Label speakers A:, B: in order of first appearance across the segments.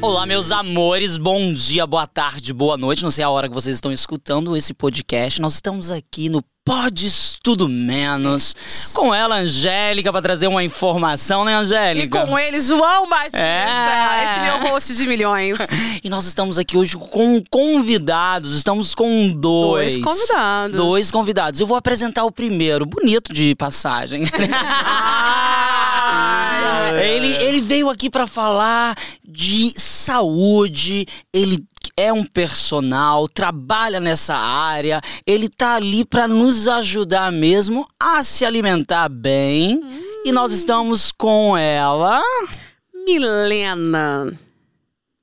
A: Olá, meus amores, bom dia, boa tarde, boa noite. Não sei a hora que vocês estão escutando esse podcast. Nós estamos aqui no Podes Tudo Menos com ela, Angélica, para trazer uma informação, né, Angélica?
B: E com ele, João Batista,
A: É.
B: esse meu host de milhões.
A: E nós estamos aqui hoje com convidados, estamos com dois.
B: Dois convidados.
A: Dois convidados. Eu vou apresentar o primeiro, bonito de passagem.
B: É.
A: ele, ele veio aqui pra falar de saúde, ele é um personal, trabalha nessa área, ele tá ali pra nos ajudar mesmo a se alimentar bem. E
B: Hum.
A: nós estamos com ela.
B: Milena,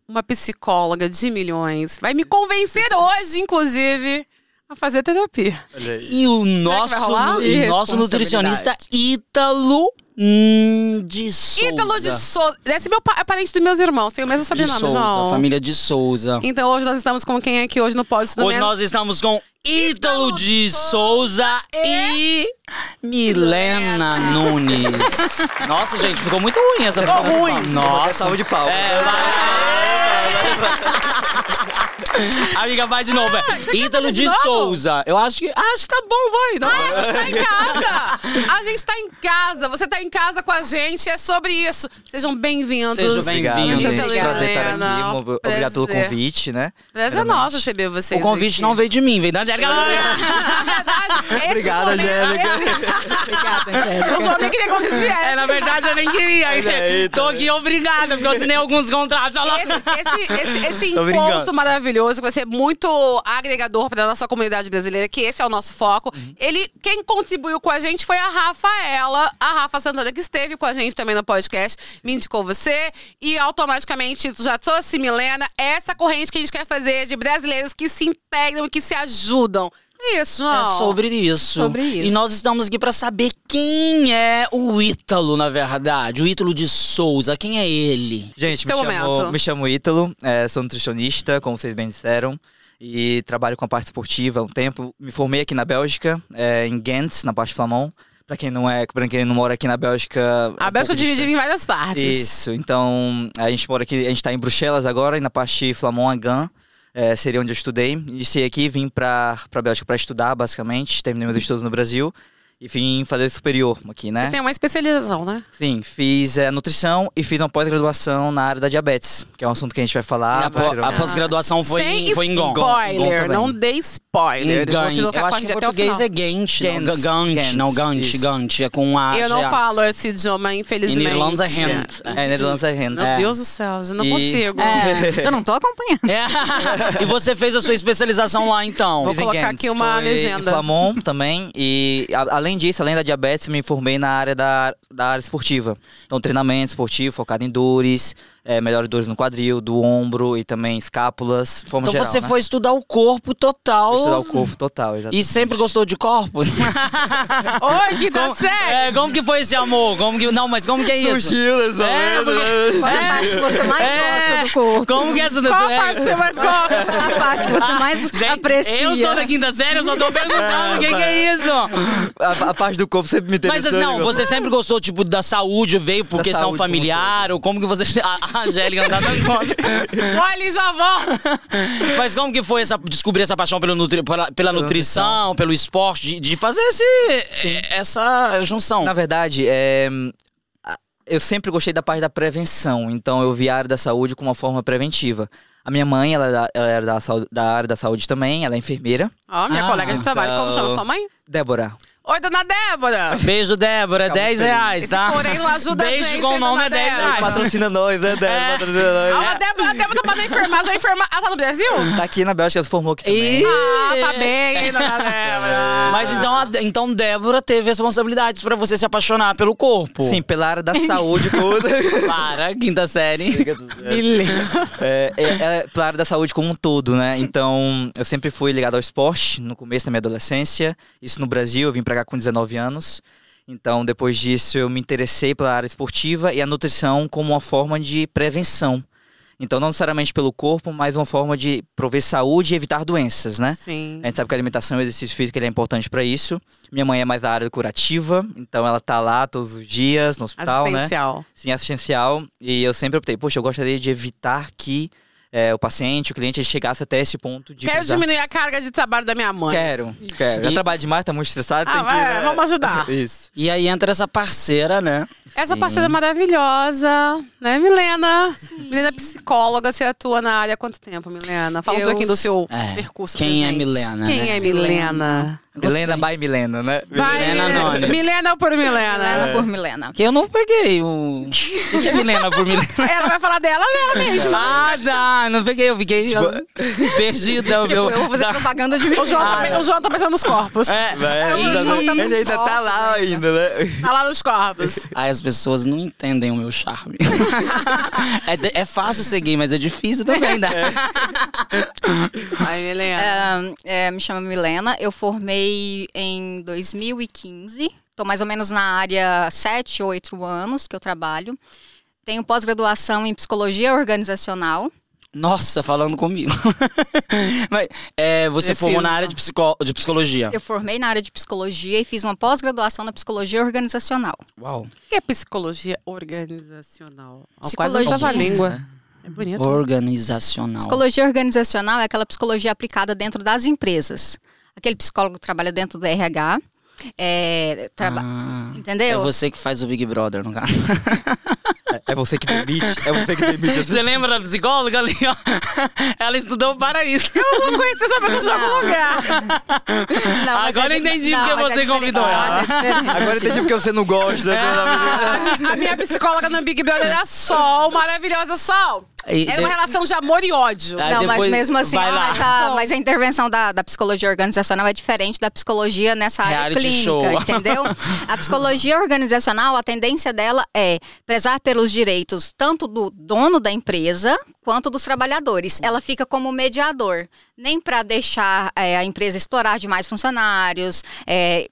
B: uma psicóloga de milhões, vai me convencer hoje, inclusive, a fazer terapia.
C: Olha aí.
A: E o
B: que vai
A: nosso,
B: rolar?
A: e nosso nutricionista Ítalo hum, de Souza.
B: Ítalo de Souza, esse é meu pa- é parente dos meus irmãos, tem o mesmo
A: De
B: sobrenome,
A: Souza,
B: João.
A: família de Souza.
B: Então hoje nós estamos com quem aqui hoje no Pode Tudo
A: Hoje
B: Menos?
A: nós estamos com Ítalo de Souza e Milena Nunes. Nossa, gente, ficou muito ruim
B: Tá
A: essa
C: Ficou
A: palavra.
C: Tá ruim. Vou botar
A: Nossa.
C: salva de palmas.
A: É, vai. Amiga, vai de novo. velho. Ítalo
B: fazer de
A: de
B: novo?
A: Souza. Eu acho que. Acho que tá bom, vai. Não.
B: A gente tá em casa! A gente tá em casa, você tá em casa com a gente, é sobre isso. Sejam bem-vindos.
A: Sejam
C: Obrigado,
A: Bem-vindo.
C: gente,
B: Muito
C: por
A: Obrigado,
C: estar aqui.
B: Helena.
C: Mo- Obrigado pelo
B: Prazer.
C: convite, né?
B: Prazer é
C: Primeiramente.
B: nosso receber vocês.
A: O convite
B: aqui. Ah,
A: não veio de mim, veio da Angélica.
B: Na verdade, esse
C: Obrigado,
B: momento- é
C: Angélica.
B: Eu já nem queria que vocês viessem.
A: É, na verdade, eu nem queria.
C: aí,
A: Tô aqui obrigada, porque eu assinei alguns contratos. Olha lá.
B: Esse, esse- esse- esse
C: Tô
B: encontro
C: brincando.
B: maravilhoso que vai ser muito agregador para nossa comunidade brasileira, que esse é o nosso foco. Ele, quem contribuiu com a gente foi a Rafaela, a Rafa Santana, que esteve com a gente também no podcast, me indicou você. E automaticamente isso já trouxe Milena, essa corrente que a gente quer fazer de brasileiros que se integram e que se ajudam. É isso, João.
A: É sobre isso.
B: Sobre isso.
A: E nós estamos aqui pra saber quem é o Ítalo, na verdade. O Ítalo de Souza, quem é ele?
C: Gente, me
B: Seu momento.
C: chamo, me chamo Ítalo, é, sou nutricionista, como vocês bem disseram, e trabalho com a parte esportiva há um tempo. Me formei aqui na Bélgica, é, em Ghent, na parte flamão. Pra quem não é, pra quem não mora aqui na Bélgica. é um
B: A Bélgica
C: pouco distante.
B: dividida em várias partes.
C: Isso, então a gente mora aqui, a gente tá em Bruxelas agora e na parte Flamand Agan, é, seria onde eu estudei. Iniciei aqui, vim pra, pra Bélgica pra estudar, basicamente, terminei meus estudos no Brasil e vim fazer superior aqui, né?
B: Você tem uma especialização, né?
C: Sim, fiz é, nutrição e fiz uma pós-graduação na área da diabetes, que é um assunto que a gente vai falar.
A: Na po- a
C: posteriormente.
A: pós-graduação foi,
B: Sem
A: em- foi em Gon.
C: Gon
B: spoiler,
C: também.
B: não dê
A: Em Gant. Eu acho que em
B: spoiler. Vocês vão ficar com a gente até o final.
A: português é Ghent.
C: Ghent,
A: Não, Gant.
C: Ghent,
A: Não, Gant.
C: isso.
A: Gant. É com a...
B: Eu não
A: GH.
B: falo esse idioma,
A: Em
B: infelizmente.
A: Irlanda é Hent.
C: É, Netherlands é renda.
B: Meu Deus do céu, eu não
C: E-
B: consigo.
D: É, eu não tô acompanhando.
A: É. e você fez a sua especialização lá, então.
B: Vou
C: Fiz em
B: colocar
C: Ghent,
B: aqui uma
C: foi
B: legenda.
C: Em Flamon também. E a- além disso, além da diabetes, me formei na área da, da área esportiva. Então, treinamento esportivo focado em dores, é, melhores dores no quadril, do ombro e também escápulas. de Forma
A: Então
C: geral,
A: você
C: né?
A: foi estudar o corpo total.
C: estudar o corpo total,
A: E
C: exatamente.
A: sempre gostou de corpos?
B: Oi, que tá
A: Como-
B: sério?
A: É, como que foi esse amor? Como que, não, mas como que é isso?
C: Mochilas,
A: É, porque-
D: Qual é a parte que você mais
A: É.
D: gosta do corpo?
A: Como que é essa Ah,
B: Qual a parte que você mais gosta?
D: A parte que você mais
A: Gente,
D: aprecia.
A: Eu sou da quinta série, eu só tô perguntando o que, que é isso.
C: a, a parte do corpo sempre me
A: Mas assim,
C: interessou.
A: não,
C: né, meu?
A: você sempre gostou, tipo, da saúde, veio por
C: Da
A: questão
C: saúde,
A: um familiar, ou como que você. A a Angélica não tá dando conta.
B: Olha, já volto.
A: Mas como que foi essa, descobrir essa paixão pelo nutri, pela, pela nutrição, pelo esporte, de, de fazer esse, essa junção?
C: Na verdade, é, a- eu sempre gostei da parte da prevenção, então eu vi a área da saúde como uma forma preventiva. A minha mãe, ela, era da- ela era da, sau- da área da saúde também, ela é enfermeira.
B: Ó, minha
A: Ah,
B: colega de trabalho, como
C: então-
B: chama sua mãe?
C: Débora.
B: Oi, dona Débora.
A: Beijo, Débora, é
C: Fica muito
A: 10
C: feliz.
A: reais,
B: Esse
A: tá?
B: porém não ajuda a
A: Beijo
B: gente,
A: com
B: hein,
A: o nome
D: tá
B: dona
A: é 10
B: Débora?
A: reais.
C: Patrocina nós, né, Débora?
A: É.
C: Patrocina
B: Ó,
C: nós.
B: a Débora, a Débora tá pra enfermar, já enferma. Ela tá no Brasil?
C: Tá aqui na Bélgica, ela se formou aqui também.
A: E-
B: Ah, tá bem, hein, dona Débora.
A: Mas então, a- então Débora teve responsabilidades pra você se apaixonar pelo corpo.
C: Sim, pela área da saúde toda.
A: Para, quinta série.
C: É, é, é, pela área da saúde como um todo, né? Então, eu sempre fui ligado ao esporte no começo da minha adolescência. Isso no Brasil, eu vim pra cá com 19 anos. Então, depois disso, eu me interessei pela área esportiva e a nutrição como uma forma de prevenção. Então, não necessariamente pelo corpo, mas uma forma de prover saúde e evitar doenças, né?
B: Sim.
C: A gente sabe que a alimentação e o exercício físico ele é importante pra isso. Minha mãe é mais da área curativa, então ela tá lá todos os dias no hospital, né?
B: Assistencial.
C: Sim, assistencial. E eu sempre optei, poxa, eu gostaria de evitar que é, o paciente, o cliente, ele chegasse até esse ponto de.
B: Quero
C: precisar-
B: diminuir a carga de trabalho da minha mãe.
C: Quero, quero. Já
A: E-
C: trabalho demais, tá muito estressado,
B: Ah,
C: tem que.
B: vai,
C: né?
B: vamos ajudar.
C: Isso.
A: E aí entra essa parceira, né?
B: Essa
C: Sim.
B: parceira é maravilhosa, né, Milena? Milena é psicóloga, você atua na área há quanto tempo, Milena? Fala um
D: Eu-
B: pouquinho do seu
A: É,
B: percurso.
A: quem
B: pra
A: é
B: gente.
A: Milena,
B: Quem
A: né?
B: é Milena?
C: Milena by Milena, né?
B: Vai,
A: Milena Nunes.
B: Milena por
D: Milena
A: É.
B: Milena.
D: por Milena.
A: Que eu não peguei o. O que é Milena por Milena?
B: Ela vai falar dela, dela mesmo.
A: Ah, tá. Não peguei, eu fiquei eu- perdida.
D: Tipo, Eu
A: meu,
D: vou fazer
A: da-
D: propaganda de mim.
B: O João, tá, o João tá então pensando nos corpos.
A: É.
C: Vai,
D: Ela
C: ainda,
D: não tá nos
C: ele ainda tá
D: corpos
C: lá ainda, né?
B: Tá lá nos corpos.
A: Ai, as pessoas não entendem o meu charme. é, de- é fácil ser gay, mas é difícil também, né?
B: Ai, Milena.
D: Ah, é, me chamo Milena, eu formei em 2015. Estou mais ou menos na área 7, 8 anos que eu trabalho. Tenho pós-graduação em psicologia organizacional.
A: Nossa, falando comigo. mas, é, você
B: Preciso.
A: formou na área de, psico- de psicologia.
D: Eu formei na área de psicologia e fiz uma pós-graduação na psicologia organizacional.
A: Uau.
B: O que é psicologia organizacional? Ó, Quase
D: Psicologia.
B: não tava a língua. É bonito.
A: Organizacional.
D: Psicologia organizacional é aquela psicologia aplicada dentro das empresas. Aquele psicólogo que trabalha dentro do RH, é, traba-
A: Ah, É
D: entendeu?
A: você que faz o Big Brother, no caso.
C: É você que demite, é você que demite as
A: Você
C: pessoas.
A: lembra da psicóloga ali, ó? Ela estudou para isso.
B: Eu não conheci essa pessoa de algum lugar.
D: Não, mas
A: Agora
D: é
A: eu
D: di-
A: entendi
D: não,
A: porque
D: mas é
A: você
D: diferente.
A: convidou ela.
D: Ah, mas é diferente.
C: Agora entendi porque você não gosta. né?
B: É. A minha psicóloga no Big Brother era Sol, maravilhosa Sol.
A: E-
B: Era uma relação de amor e ódio.
A: Aí
D: Não, mas
A: depois
D: mesmo assim,
A: vai
D: ah,
A: lá.
D: mas, a, mas a intervenção da, da psicologia organizacional é diferente da psicologia nessa área
A: Reality
D: clínica,
A: show.
D: entendeu? A psicologia organizacional, a tendência dela é prezar pelos direitos tanto do dono da empresa quanto dos trabalhadores. Ela fica como mediador, nem para deixar é, a empresa explorar demais funcionários, é,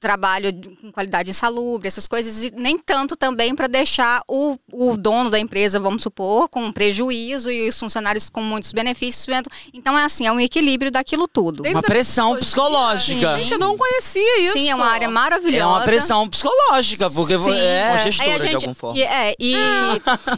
D: trabalho de- com qualidade insalubre, essas coisas, e nem tanto também para deixar o, o dono da empresa, vamos supor, com um prejuízo e os funcionários com muitos benefícios. vendo- Então é assim, é um equilíbrio daquilo tudo.
B: Dentro
A: Uma
B: da
A: pressão
B: psicologia,
A: psicológica.
B: Gente, é eu não conhecia isso.
D: Sim, é uma área maravilhosa.
A: É uma pressão psicológica, porque vo-
D: Sim.
A: é.
C: Uma gestora,
D: Aí a
C: de
D: gente-
C: alguma forma.
D: E, é, e,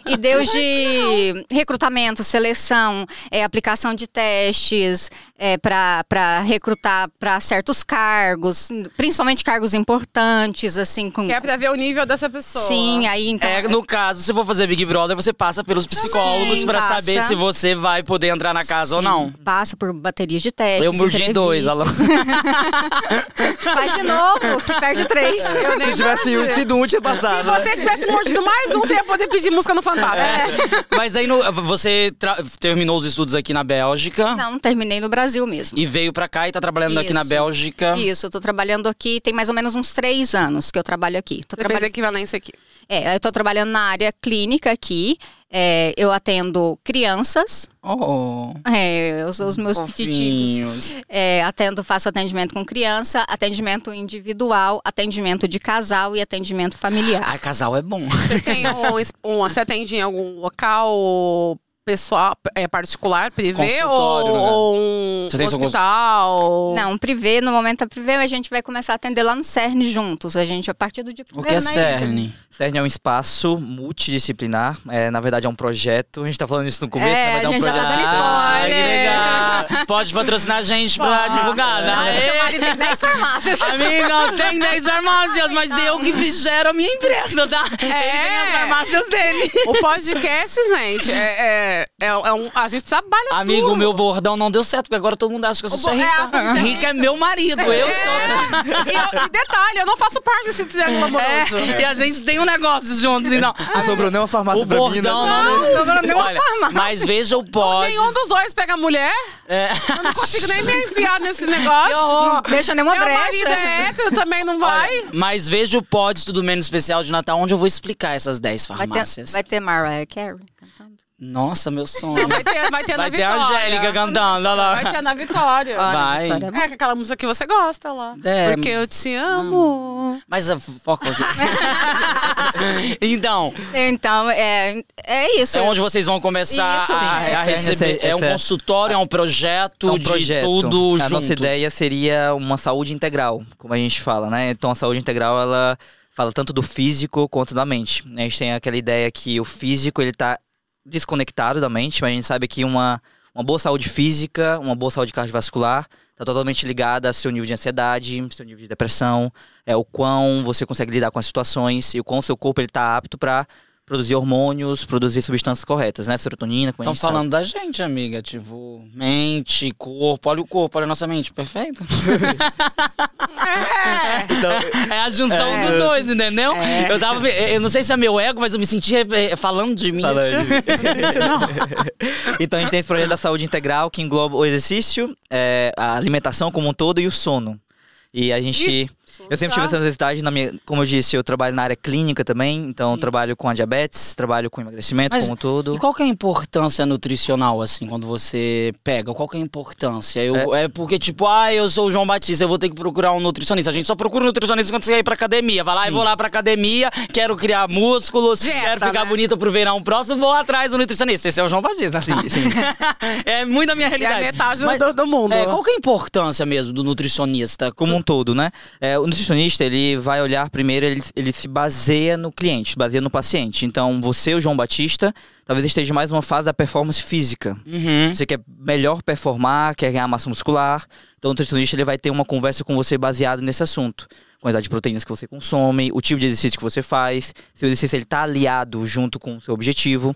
D: e Deus de recrutamento, seleção, é, aplicação de testes é, para recrutar para certos cargos, principalmente cargos importantes, assim, com.
B: Que é pra ver o nível dessa pessoa.
D: Sim, aí então.
A: É, no caso, se for fazer Big Brother, você passa pelos psicólogos
D: Sim,
A: pra
D: passa.
A: saber se você vai poder entrar na casa ou
D: Sim, É,
A: não.
D: Passa por baterias de testes.
A: Eu murgi dois, Alan.
D: entrevistas. Faz de novo, que perde três.
B: Eu nem
C: Se tivesse sido um, tinha
B: Se
C: passado. né?
B: você tivesse mordido mais um, você ia poder pedir música no Fantástico. É.
A: Mas aí no- você tra- terminou os estudos aqui na Bélgica
D: Não, terminei no Brasil mesmo.
A: e veio pra cá e tá trabalhando aqui
D: Isso.
A: na Bélgica.
D: Isso, eu tô trabalhando aqui, tem mais ou menos uns três anos que eu trabalho aqui. Tô
B: Você fez
D: trabalhando-
B: equivalência aqui.
D: É, eu tô trabalhando na área clínica aqui. é, eu atendo crianças,
A: Oh,
D: é, os, os meus petitivos.
A: fofinhos.
D: É, atendo, faço atendimento com criança, atendimento individual, atendimento de casal e atendimento familiar.
A: Ah, casal é bom.
B: Você tem um, es- um- você atende em algum local pessoal, é, particular, privê?
A: Consultório,
B: Ou,
A: né?
B: ou um
A: Você tem seu
B: hospital?
D: Não, privê, no momento é privê, mas a gente vai começar a atender lá no CERN juntos. A gente, a partir do dia
A: O que é
D: primeiro, né,
A: cerne?
C: CERN é um espaço multidisciplinar, é, na verdade é um projeto, a gente tá falando isso no começo,
D: É,
C: né, mas é
D: a
C: um
D: gente já tá
C: projeto.
D: dando
A: Ah, que
D: spoiler.
A: legal. Pode patrocinar a gente pra divulgar, né?
D: Seu marido tem 10 farmácias.
A: Amiga, tem 10 farmácias, mas eu que gero a minha empresa, tá? Ele tem as farmácias dele.
B: É. O podcast, gente, é, é- é um- é um- a gente trabalha
A: Amigo,
B: duro.
A: meu bordão não deu certo, porque agora todo mundo acha que eu sou
B: O bo- é,
A: rica.
B: acha que você é
A: rica é meu marido, eu sou.
B: E, eu- e detalhe, eu não faço parte desse triângulo amoroso.
A: É, e a gente tem um negócio juntos, então.
C: Não sobrou nem uma farmácia
A: O
C: É. pra mim, né?
A: bordão não, deu. Olha, mas veja o pode.
B: Nenhum dos dois pega mulher.
A: É.
B: Eu não consigo nem me enfiar nesse negócio.
D: Não deixa nenhuma
B: Meu marido
D: brecha.
B: é hétero, também não vai.
A: Mas veja o pod Tudo Menos Especial de Natal, onde eu vou explicar essas 10
D: Vai ter,
A: farmácias.
D: vai ter Mariah Carey cantando.
A: Nossa, meu sonho.
B: Vai ter, vai ter na
A: Vai ter a
B: Vitória.
A: Angélica cantando, olha lá.
B: Vai ter na Vitória.
A: Vai.
D: Vitória.
B: É, com aquela música que você gosta lá.
A: É. Hum.
B: Porque eu te
D: Uh,
B: amo.
A: Mas a foco aqui. então,
D: Então, é, é isso.
A: é onde vocês vão começar
D: Isso,
A: a,
D: sim.
A: a
C: Essa é a
A: receber.
C: nece-
A: é um
C: essa é-
A: consultório, é um projeto,
C: É um
A: de
C: projeto. É
A: tudo
C: a
A: junto.
C: nossa ideia seria uma saúde integral, como a gente fala, né? Então a saúde integral ela fala tanto do físico quanto da mente. A gente tem aquela ideia que o físico ele tá desconectado da mente, mas a gente sabe que uma uma boa saúde física, uma boa saúde cardiovascular, tá totalmente ligada ao seu nível de ansiedade, seu nível de depressão, é o quão você consegue lidar com as situações e o quão seu corpo ele tá apto para produzir hormônios, produzir substâncias corretas, né? Serotonina, como a
A: Estão
C: gente sabe.
A: falando da gente, amiga. Tipo, mente, corpo. Olha o corpo, olha a nossa mente. Perfeito?
C: Então,
A: É a junção
B: É.
A: dos dois, entendeu? Eu, tava, eu não sei se é meu ego, mas eu me senti eh, falando de mim.
C: Falando.
A: é
B: Isso não.
C: Então a gente tem esse projeto da saúde integral que engloba o exercício, é, a alimentação como um todo e o sono. E a gente. eu sempre tive essa necessidade, na minha, como eu disse, eu trabalho na área clínica também, então eu trabalho com a diabetes, trabalho com emagrecimento
A: Mas-
C: como um todo.
A: E qual que é a importância nutricional, assim, quando você pega? Qual que é a importância? Eu- é. porque, tipo, ah, eu sou o João Batista, eu vou ter que procurar um nutricionista. A gente só procura um nutricionista quando você ir pra academia. Vai lá e vou lá pra academia, quero criar músculos,
B: Dieta,
A: quero ficar
B: né?
A: bonita pro verão próximo, vou atrás do nutricionista. Esse é o João Batista.
C: Sim, sim.
A: é muito da minha
B: É a
A: realidade.
B: metade do-
A: Mas,
B: do, do mundo.
A: é, qual que é a importância mesmo do nutricionista?
C: como um todo, né? É, o nutricionista, ele vai olhar primeiro, ele, ele se baseia no cliente, baseia no paciente. Então, você, o João Batista, talvez esteja mais numa fase da performance física.
A: Uhum.
C: Você quer melhor performar, quer ganhar massa muscular. Então, o nutricionista ele vai ter uma conversa com você baseada nesse assunto. Quantidade de proteínas que você consome, o tipo de exercício que você faz, se o exercício ele tá aliado junto com o seu objetivo.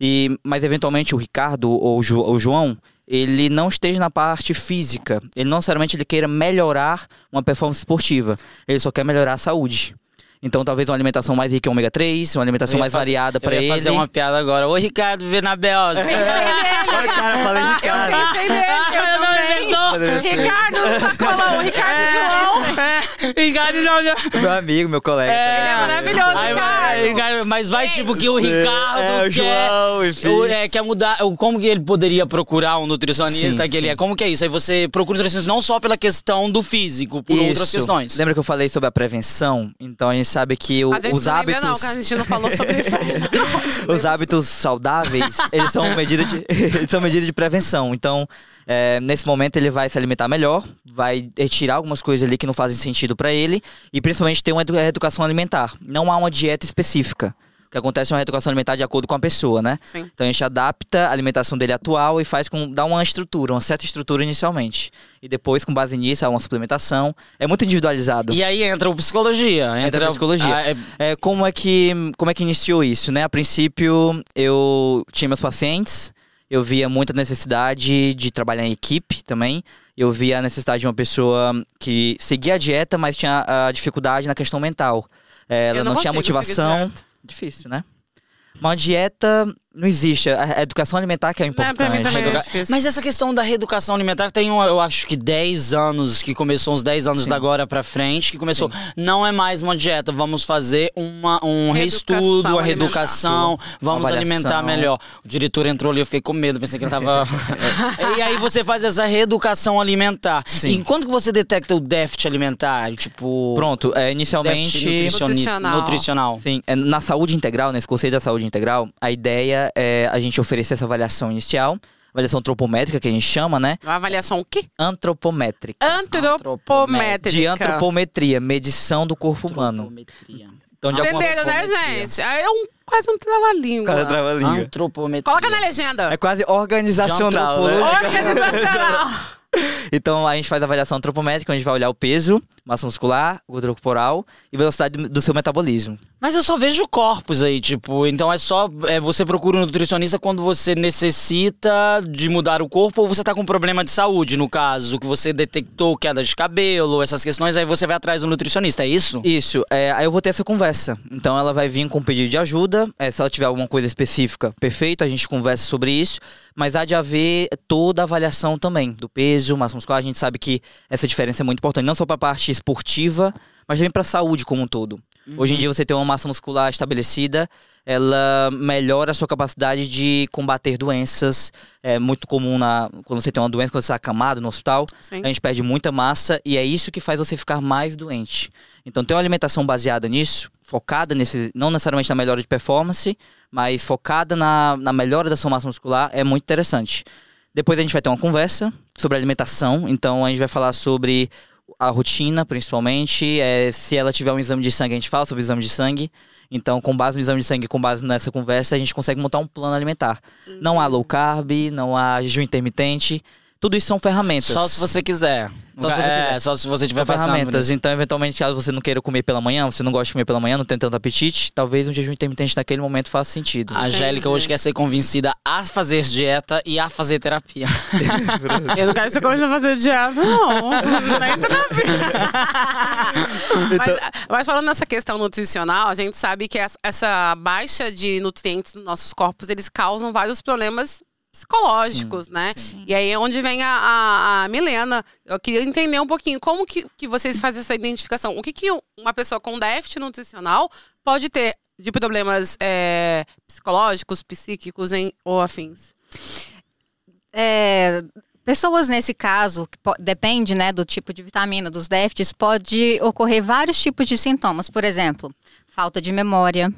C: E, mas, eventualmente, o Ricardo ou o, Jo- ou o João, ele não esteja na parte física. Ele não necessariamente ele queira melhorar uma performance esportiva. Ele só quer melhorar a saúde. Então, talvez uma alimentação mais rica em ômega 3, uma alimentação
A: Eu ia
C: mais
A: fazer-
C: variada para
A: Eu
C: ele.
A: ia fazer uma piada agora. Ô, Ricardo, viver na Bélgica.
C: Olha, cara, falei de
B: Eu pensei nele.
A: Eu não pensou.
B: Ricardo Sacolão, Ricardo João.
A: É, Ricardo João. João.
C: Meu amigo, meu colega.
B: Ele é maravilhoso,
A: Ai,
B: Ricardo.
A: vai- Ricardo, Mas vai
B: Beijo.
A: tipo que o Ricardo
C: É, o
A: quer.
C: João, enfim.
A: o- é, quer mudar. o- Como que ele poderia procurar um nutricionista
C: Sim,
A: que ele
C: sim.
A: é? Como que é isso? Aí você procura um nutricionista não só pela questão do físico, por outras
C: Isso.
A: questões.
C: Lembra que eu falei sobre a prevenção? Então a gente sabe que o-
B: A gente né,
C: os
B: não
C: hábitos.
B: lembra, não, que a gente não falou sobre isso ainda.
C: os hábitos saudáveis, eles são medida de, eles são medida de prevenção. Então, é, nesse momento ele vai se alimentar melhor, vai retirar algumas coisas ali que não fazem sentido pra ele e principalmente ter uma edu- educação alimentar. Não há uma dieta específica. O que acontece é uma educação alimentar de acordo com a pessoa, né?
B: Sim.
C: Então a gente adapta a alimentação dele atual e faz com dá uma estrutura, uma certa estrutura inicialmente. E depois com base nisso há uma suplementação. É muito individualizado.
A: E aí entra o psicologia. Entra,
C: Entra a psicologia.
A: Ah, é-
C: É, como, é que, como é que iniciou isso, né? A princípio, eu tinha meus pacientes, eu via muita necessidade de trabalhar em equipe também. Eu via a necessidade de uma pessoa que seguia a dieta, mas tinha a dificuldade na questão mental. É,
B: Eu
C: ela não,
B: não
C: tinha
B: consigo seguir
C: motivação.
B: direto.
C: Difícil, né? Uma dieta não existe. A a educação alimentar que é
B: Não,
C: importante.
B: pra mim também é
A: Educa-
B: difícil.
A: Mas essa questão da reeducação alimentar tem, um, eu acho que 10 anos, que começou uns 10 anos
C: Sim.
A: da agora pra frente, que começou. Não é mais uma dieta, vamos fazer uma, um
B: Reeducação
A: reestudo, uma
B: alimentar.
A: reeducação, vamos
C: avaliação.
A: alimentar melhor. O diretor entrou ali, eu fiquei com medo, pensei que ele tava. e aí você faz essa reeducação alimentar.
C: Sim.
A: E quando que você detecta o déficit alimentar? Tipo.
C: Pronto, é,
A: Déficit
C: inicialmente.
A: nutricionista,
B: Nutricional.
A: nutricional.
C: Sim, é, na saúde integral, nesse conceito da saúde integral, a ideia é a gente oferecer essa avaliação inicial, avaliação antropométrica que a gente chama, né?
B: Uma avaliação o quê?
C: Antropométrica.
B: Antropométrica.
C: De antropometria, medição do corpo humano.
A: Antropometria.
C: Então, de alguma
B: Entenderam, né, gente? Aí eu quase não trava a língua.
C: Quase trava a língua.
A: Antropometria.
B: Coloca na legenda.
C: Ah, É quase organizacional,
A: De
C: né?
B: Organizacional.
C: Então a gente faz a avaliação antropométrica, onde a gente vai olhar o peso, massa muscular, gordura corporal e velocidade do- do seu metabolismo.
A: Mas eu só vejo corpos aí, tipo, então é só. é, você procura um nutricionista quando você necessita de mudar o corpo ou você tá com problema de saúde, no caso, que você detectou queda de cabelo, essas questões, aí você vai atrás do nutricionista, é isso?
C: Isso, é, aí eu vou ter essa conversa. Então ela vai vir com um pedido de ajuda. é, se ela tiver alguma coisa específica, perfeito, a gente conversa sobre isso. Mas há de haver toda a avaliação também do peso, massa muscular. A gente sabe que essa diferença é muito importante, não só para a parte esportiva, mas também para a saúde como um todo. Hoje em dia você tem uma massa muscular estabelecida, ela melhora a sua capacidade de combater doenças. É muito comum na, quando você tem uma doença, quando você está acamado no hospital,
B: Sim.
C: a gente perde muita massa e é isso que faz você ficar mais doente. Então, ter uma alimentação baseada nisso, focada nesse, não necessariamente na melhora de performance, mas focada na, na melhora da sua massa muscular, é muito interessante. Depois a gente vai ter uma conversa sobre alimentação, então a gente vai falar sobre a rotina, principalmente. é, se ela tiver um exame de sangue, a gente fala sobre o exame de sangue. Então, com base no exame de sangue, com base nessa conversa, a gente consegue montar um plano alimentar. Não há low carb, não há jejum intermitente. Tudo isso são ferramentas.
A: Só se você quiser.
C: Só se você
A: é,
C: quiser.
A: só se você tiver
C: São
A: passando. né?
C: ferramentas. Então, eventualmente, caso você não queira comer pela manhã, você não gosta de comer pela manhã, não tem tanto apetite, talvez um jejum intermitente naquele momento faça sentido.
B: Ah,
A: A Angélica hoje quer ser convencida a fazer dieta e a fazer terapia.
B: Eu não quero que você comece a fazer dieta, não. Nem
C: Então,
B: terapia. mas, mas falando nessa questão nutricional, a gente sabe que essa- essa baixa de nutrientes nos nossos corpos, eles causam vários problemas psicológicos, né? E aí é onde vem a, a- a Milena. Eu queria entender um pouquinho como que, que vocês fazem essa identificação. O que, que uma pessoa com déficit nutricional pode ter de problemas é, psicológicos, psíquicos em, ou afins?
D: É, pessoas nesse caso, que po- depende né, do tipo de vitamina, dos déficits, pode ocorrer vários tipos de sintomas. Por exemplo, falta de memória,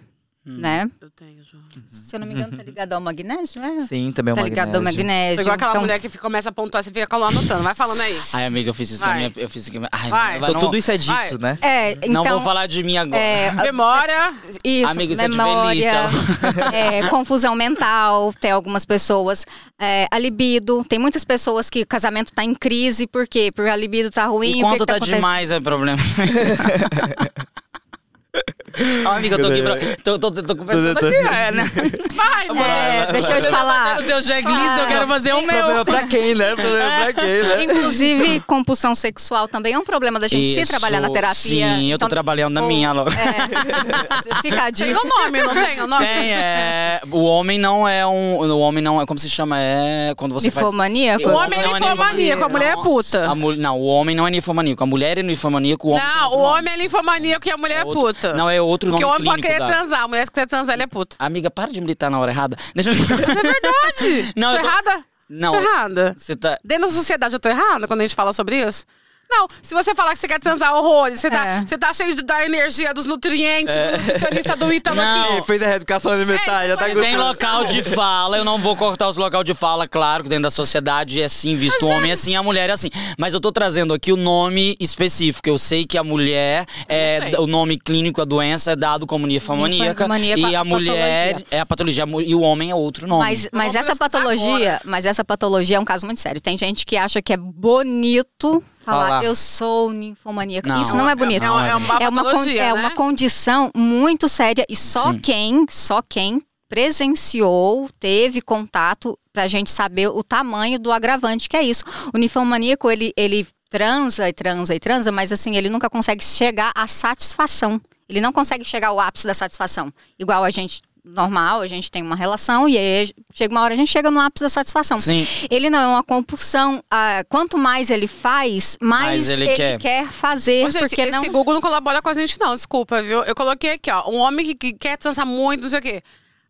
D: né?
B: Eu tenho, João.
D: Se eu não me engano, tá ligado ao magnésio, né?
C: Sim, também É o
D: Tá
C: magnésio.
D: ligado ao magnésio.
B: Tô igual aquela
D: Então,
B: mulher que fica- começa a pontuar, você fica lá anotando. Vai falando aí.
A: Ai, amiga, eu fiz isso na
B: Vai.
A: minha. Eu fiz isso aqui. Ai,
B: Vai.
A: não,
C: Então,
A: não,
C: tudo isso é dito,
B: Vai.
C: né?
D: É,
A: não
D: então,
A: vou falar de mim agora.
D: é,
B: Memória.
D: Isso,
A: Amigo, isso é de
D: memória, é, confusão mental, tem algumas pessoas, é, a libido, tem muitas pessoas que o casamento tá em crise, por quê? Porque a libido tá ruim,
A: E
D: o que
A: quando
D: que
A: tá,
D: acontecendo?
A: demais é problema. Ó, amiga, eu tô aqui pra. Tô, é- tô, tô, conversando aqui, é, né?
B: Vai, mulher.
D: É, deixa eu te falar.
A: O seu checklist, eu quero fazer o meu.
C: pra quem, né? Problema pra quem, né?
D: Inclusive, compulsão sexual também é um problema da gente se
A: Isso,
D: trabalhar na terapia.
A: Sim, eu tô
D: Então,
A: trabalhando na
D: ou-
A: minha logo.
D: É, fica a
B: Tem
D: dica.
B: o nome, não tem o nome?
A: Tem, é. O homem não é um. O homem não é. Como se chama? É. Quando você faz.
D: Nifomaníaco.
B: O homem
A: Não,
B: é
A: não,
B: linfomaníaco, a mulher é puta.
A: A mul- Não, o homem não é ninfomaníaco. A mulher é ninfomaníaco, o homem.
B: Não, o homem é linfomaníaco e a mulher é
A: Outro-
B: puta.
A: Não, é outro nome
B: Porque o homem pode
A: clínico
B: querer
A: da-
B: transar, a mulher se quiser transar, ele é puta.
A: Amiga, para de militar na hora errada. Deixa eu...
B: É verdade.
A: Não,
B: tô
A: eu tô-
B: errada?
A: Não.
B: Tô errada.
A: Você tá...
B: Dentro da sociedade eu tô errada quando a gente fala sobre isso? Não, se você falar que você quer transar horrores, você tá,
D: É.
B: você tá cheio de- da energia, dos nutrientes, do nutricionista do Ítalo
A: É. Não.
B: aqui.
A: Ih,
C: fez a reeducação
B: alimentar, já tá com
A: Tem local de fala, eu não vou cortar os local de fala, claro que dentro da sociedade é assim, visto o homem é assim, a mulher é assim. Mas eu tô trazendo aqui o nome específico. Eu sei que a mulher,
B: Eu
A: é,
B: sei.
A: o nome clínico, a doença é dado como ninfomaníaca.
D: Ninfomaníaca,
A: E a
D: patologia.
A: mulher é a patologia, e o homem é outro nome.
D: Mas, mas
B: Vamos
D: essa
B: precisar
D: patologia, mas essa patologia é um caso muito sério. Tem gente que acha que é bonito falar,
A: Falar.
D: eu sou um ninfomaníaco.
A: Não.
D: Isso não é bonito.
B: É uma- é uma
D: con-
B: patologia,
D: é
B: né?
D: uma condição muito séria e só
A: Sim.
D: quem, só quem presenciou, teve contato pra gente saber o tamanho do agravante que é isso. O ninfomaníaco, ele ele transa e transa e transa, mas assim, ele nunca consegue chegar à satisfação. Ele não consegue chegar ao ápice da satisfação. Igual a gente normal, a gente tem uma relação e aí chega uma hora a gente chega no ápice da satisfação.
A: Sim.
D: Ele não é uma compulsão. ah, quanto mais ele faz, mais,
A: Mais ele
D: ele,
A: quer.
D: quer. fazer,
A: É
B: Ô, gente,
D: porque
B: esse
D: não
B: Google não colabora com a gente, não, desculpa, viu? Eu coloquei aqui, ó, um homem que, que quer transar muito, não sei o quê.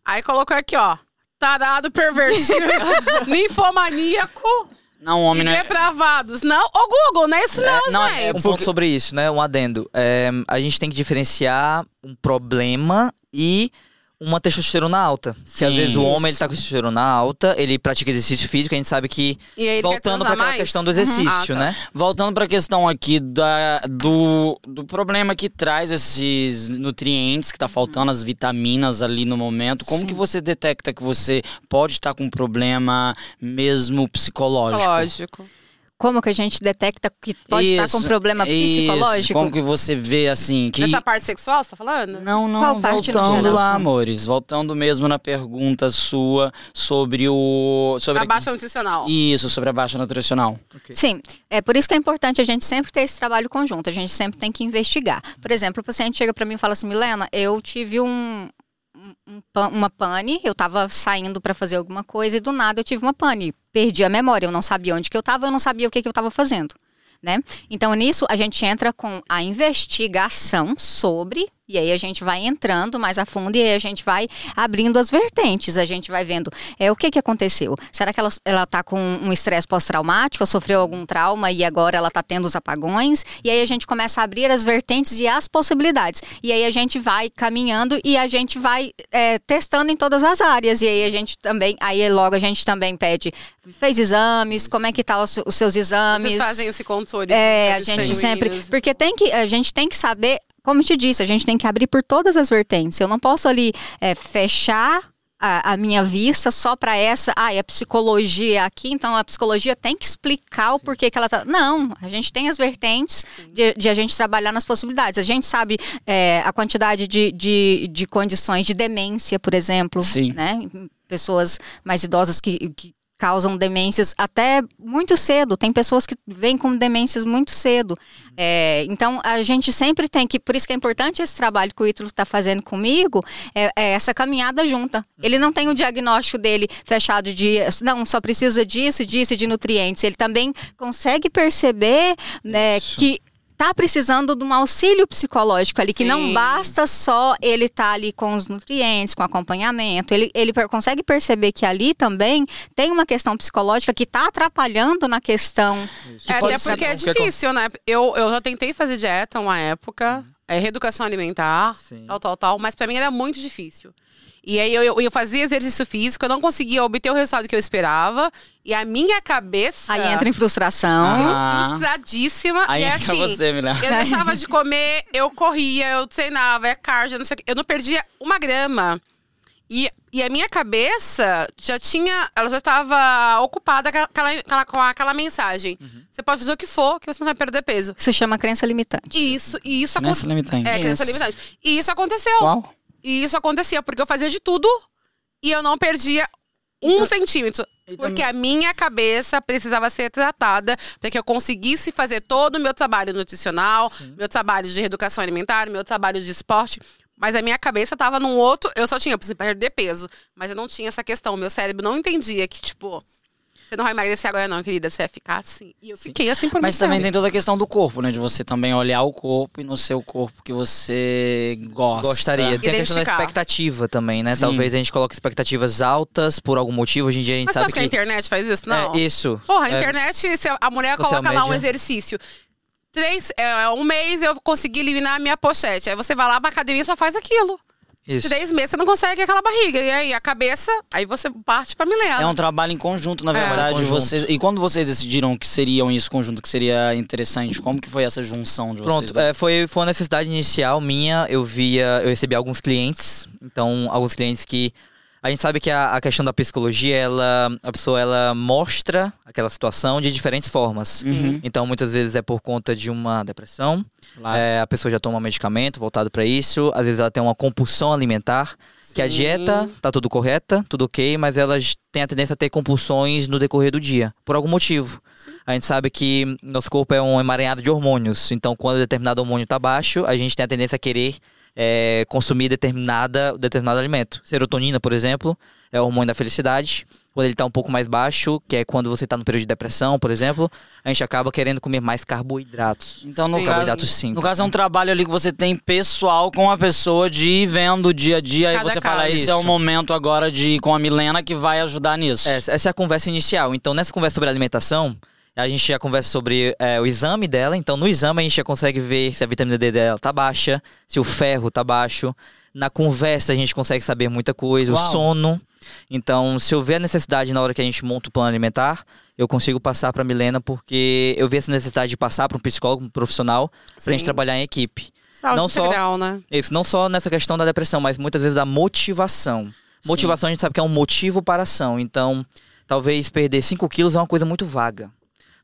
B: Aí colocou aqui, ó, tarado, pervertido, ninfomaníaco
A: Não, o
B: e
A: homem não é...
B: depravados. Não, ô Google, não é isso não,
A: É, não, é
B: gente.
A: um
C: um
A: pouco-
C: pouco sobre isso, né? Um adendo. É, a gente tem que diferenciar um problema e uma testosterona alta. Porque às
A: Sim.
C: vezes o homem ele
D: Isso.
C: tá com testosterona alta, ele pratica exercício físico, a gente sabe que
B: E aí ele quer
C: voltando
B: transar
C: pra aquela
B: mais?
C: questão do exercício,
B: Uhum. Ah, tá.
C: né?
A: Voltando para a questão aqui da, do, do problema que traz esses nutrientes que tá faltando, as vitaminas ali no momento, como que você detecta que você pode estar com um problema mesmo psicológico?
B: Lógico.
D: como que a gente detecta que pode estar com
A: Isso,
D: problema
A: isso.
D: psicológico?
A: Como que você vê assim que
B: Nessa parte sexual, você tá falando?
A: não, não,
D: Qual parte no
A: voltando
D: geral,
A: lá,
D: sim?
A: amores, voltando mesmo na pergunta sua sobre o sobre
B: A baixa nutricional.
A: isso, sobre a baixa nutricional.
D: Sim, é por isso que é importante a gente sempre ter esse trabalho conjunto, a gente sempre tem que investigar. Por exemplo, o paciente chega para mim e fala assim, Milena, eu tive um, um pan- uma pane, eu tava saindo para fazer alguma coisa e do nada eu tive uma pane, perdi a memória, eu não sabia onde que eu tava, eu não sabia o que que eu tava fazendo, né? Então nisso a gente entra com a investigação sobre E aí a gente vai entrando mais a fundo e aí a gente vai abrindo as vertentes. A gente vai vendo é, o que, que aconteceu. Será que ela, ela tá com um estresse pós-traumático, sofreu algum trauma e agora ela tá tendo os apagões? E aí a gente começa a abrir as vertentes e as possibilidades. E aí a gente vai caminhando e a gente vai é, testando em todas as áreas. E aí a gente também, aí logo a gente também pede, fez exames, como é que tá os, os seus exames?
B: Vocês fazem esse controle.
D: É, a
B: de
D: gente
B: sanguíneos.
D: sempre. Porque tem que, a gente tem que saber, como eu te disse, a gente tem que abrir por todas as vertentes. Eu não posso ali é, fechar. A, a minha vista só para essa, ah, é psicologia aqui, então a psicologia tem que explicar o porquê que ela tá. Não, a gente tem as vertentes de, de a gente trabalhar nas possibilidades. A gente sabe é, a quantidade de, de, de condições de demência, por exemplo,
A: Sim.
D: né? Pessoas mais idosas que, que causam demências até muito cedo. Tem pessoas que vêm com demências muito cedo. É, então, a gente sempre tem que... Por isso que é importante esse trabalho que o Ítalo está fazendo comigo, é, é essa caminhada junta. Ele não tem o diagnóstico dele fechado de... Não, só precisa disso, disso e de nutrientes. Ele também consegue perceber né,
A: Isso.
D: que tá precisando de um auxílio psicológico ali, que não
B: Sim.
D: basta só ele estar ali com os nutrientes, com acompanhamento. Ele, ele per- consegue perceber que ali também tem uma questão psicológica que tá atrapalhando na questão.
C: Isso.
B: É,
A: pode
B: até
A: ser
B: porque é
C: bom. O que acon-
B: difícil, né? Eu, eu já tentei fazer dieta uma época, é, reeducação alimentar,
C: Sim.
B: tal, tal, tal, mas pra mim era muito difícil. E aí eu, eu, eu fazia exercício físico, eu não conseguia obter o resultado que eu esperava, e a minha cabeça.
D: Aí entra em frustração.
A: Ah.
B: frustradíssima.
A: Aí
B: e
A: é
B: assim,
A: você, Milena.
B: eu deixava de comer, eu corria, eu treinava, é cardio, não sei o quê. Eu não perdia uma grama. E, e a minha cabeça já tinha. Ela já estava ocupada com aquela, aquela- com aquela mensagem. Você pode fazer o que for, que você não vai perder peso.
D: Isso chama crença limitante.
B: E isso, e isso
A: Nessa
B: aconteceu.
A: limitante.
B: É, crença
D: Isso.
B: limitante. E isso aconteceu.
A: Qual?
B: E isso acontecia, porque eu fazia de tudo e eu não perdia um centímetro. Porque a minha cabeça precisava ser tratada para que eu conseguisse fazer todo o meu trabalho nutricional, meu trabalho de reeducação alimentar, meu trabalho de esporte. Mas a minha cabeça tava num outro. Eu só tinha, eu preciso perder peso. Mas eu não tinha essa questão. Meu cérebro não entendia que, tipo, você não vai emagrecer agora, não, querida. Você vai ficar assim. E eu fiquei assim por
A: Mas
B: muito
A: também
B: tempo.
A: tem toda a questão do corpo, né? De você também olhar o corpo e não ser o corpo que você gosta.
C: Gostaria. Tem a questão da
B: Identificar.
C: expectativa também, né?
A: Sim.
C: Talvez a gente coloque expectativas altas por algum motivo. Hoje em dia a gente
B: Mas você
C: sabe
B: acha que a internet faz isso? Não.
C: É, isso.
B: Porra, a
C: É,
B: internet, se a- a mulher
C: Social
B: coloca lá um
C: media.
B: exercício. Três, é, um mês eu consegui eliminar a minha pochete. Aí você vai lá pra academia e só faz aquilo.
C: isso.
B: Três meses você não consegue aquela barriga. E aí a cabeça, aí você parte pra Milena.
A: É um trabalho em conjunto, na verdade.
C: Conjunto.
A: Vocês, e quando vocês decidiram que seriam isso conjunto, que seria interessante, como que foi essa junção de vocês?
C: Pronto, é, foi, foi uma necessidade inicial minha. Eu via, eu recebi alguns clientes, então alguns clientes que a gente sabe que a, a questão da psicologia, ela a pessoa ela mostra aquela situação de diferentes formas.
A: Uhum.
C: Então muitas vezes é por conta de uma depressão,
A: Claro.
C: é, a pessoa já toma medicamento voltado para isso, às vezes ela tem uma compulsão alimentar, que a
B: Sim.
C: dieta tá tudo correta, tudo ok, mas elas têm a tendência a ter compulsões no decorrer do dia, por algum motivo. A gente sabe que nosso corpo é um emaranhado de hormônios, então quando determinado hormônio está baixo, a gente tem a tendência a querer é, consumir determinada, determinado alimento. Serotonina, por exemplo, é o hormônio da felicidade. Quando ele está um pouco mais baixo, que é quando você está no período de depressão, por exemplo, a gente acaba querendo comer mais carboidratos.
A: Então, no
B: Sim.
A: caso,
C: Carboidratos simples.
A: no caso, é um trabalho ali que você tem pessoal com a pessoa de ir vendo o dia a dia. e
B: Cada
A: você fala,
B: caso.
A: esse é o
C: Isso.
A: momento agora de ir com a Milena que vai ajudar nisso.
C: Essa, essa é a conversa inicial. Então, nessa conversa sobre alimentação, a gente já conversa sobre é, o exame dela. Então, no exame, a gente já consegue ver se a vitamina D dela tá baixa, se o ferro tá baixo. Na conversa, a gente consegue saber muita coisa,
A: Uau.
C: o sono. Então, se eu ver a necessidade na hora que a gente monta o plano alimentar, eu consigo passar para Milena, porque eu vi essa necessidade de passar para um psicólogo, um profissional, pra gente
B: Sim.
C: trabalhar em equipe.
B: Saúde
C: não só-
B: integral, né?
C: Isso, não só nessa questão da depressão, mas muitas vezes da motivação. Motivação a gente sabe que é um motivo para a ação. Então, talvez perder 5 quilos é uma coisa muito vaga.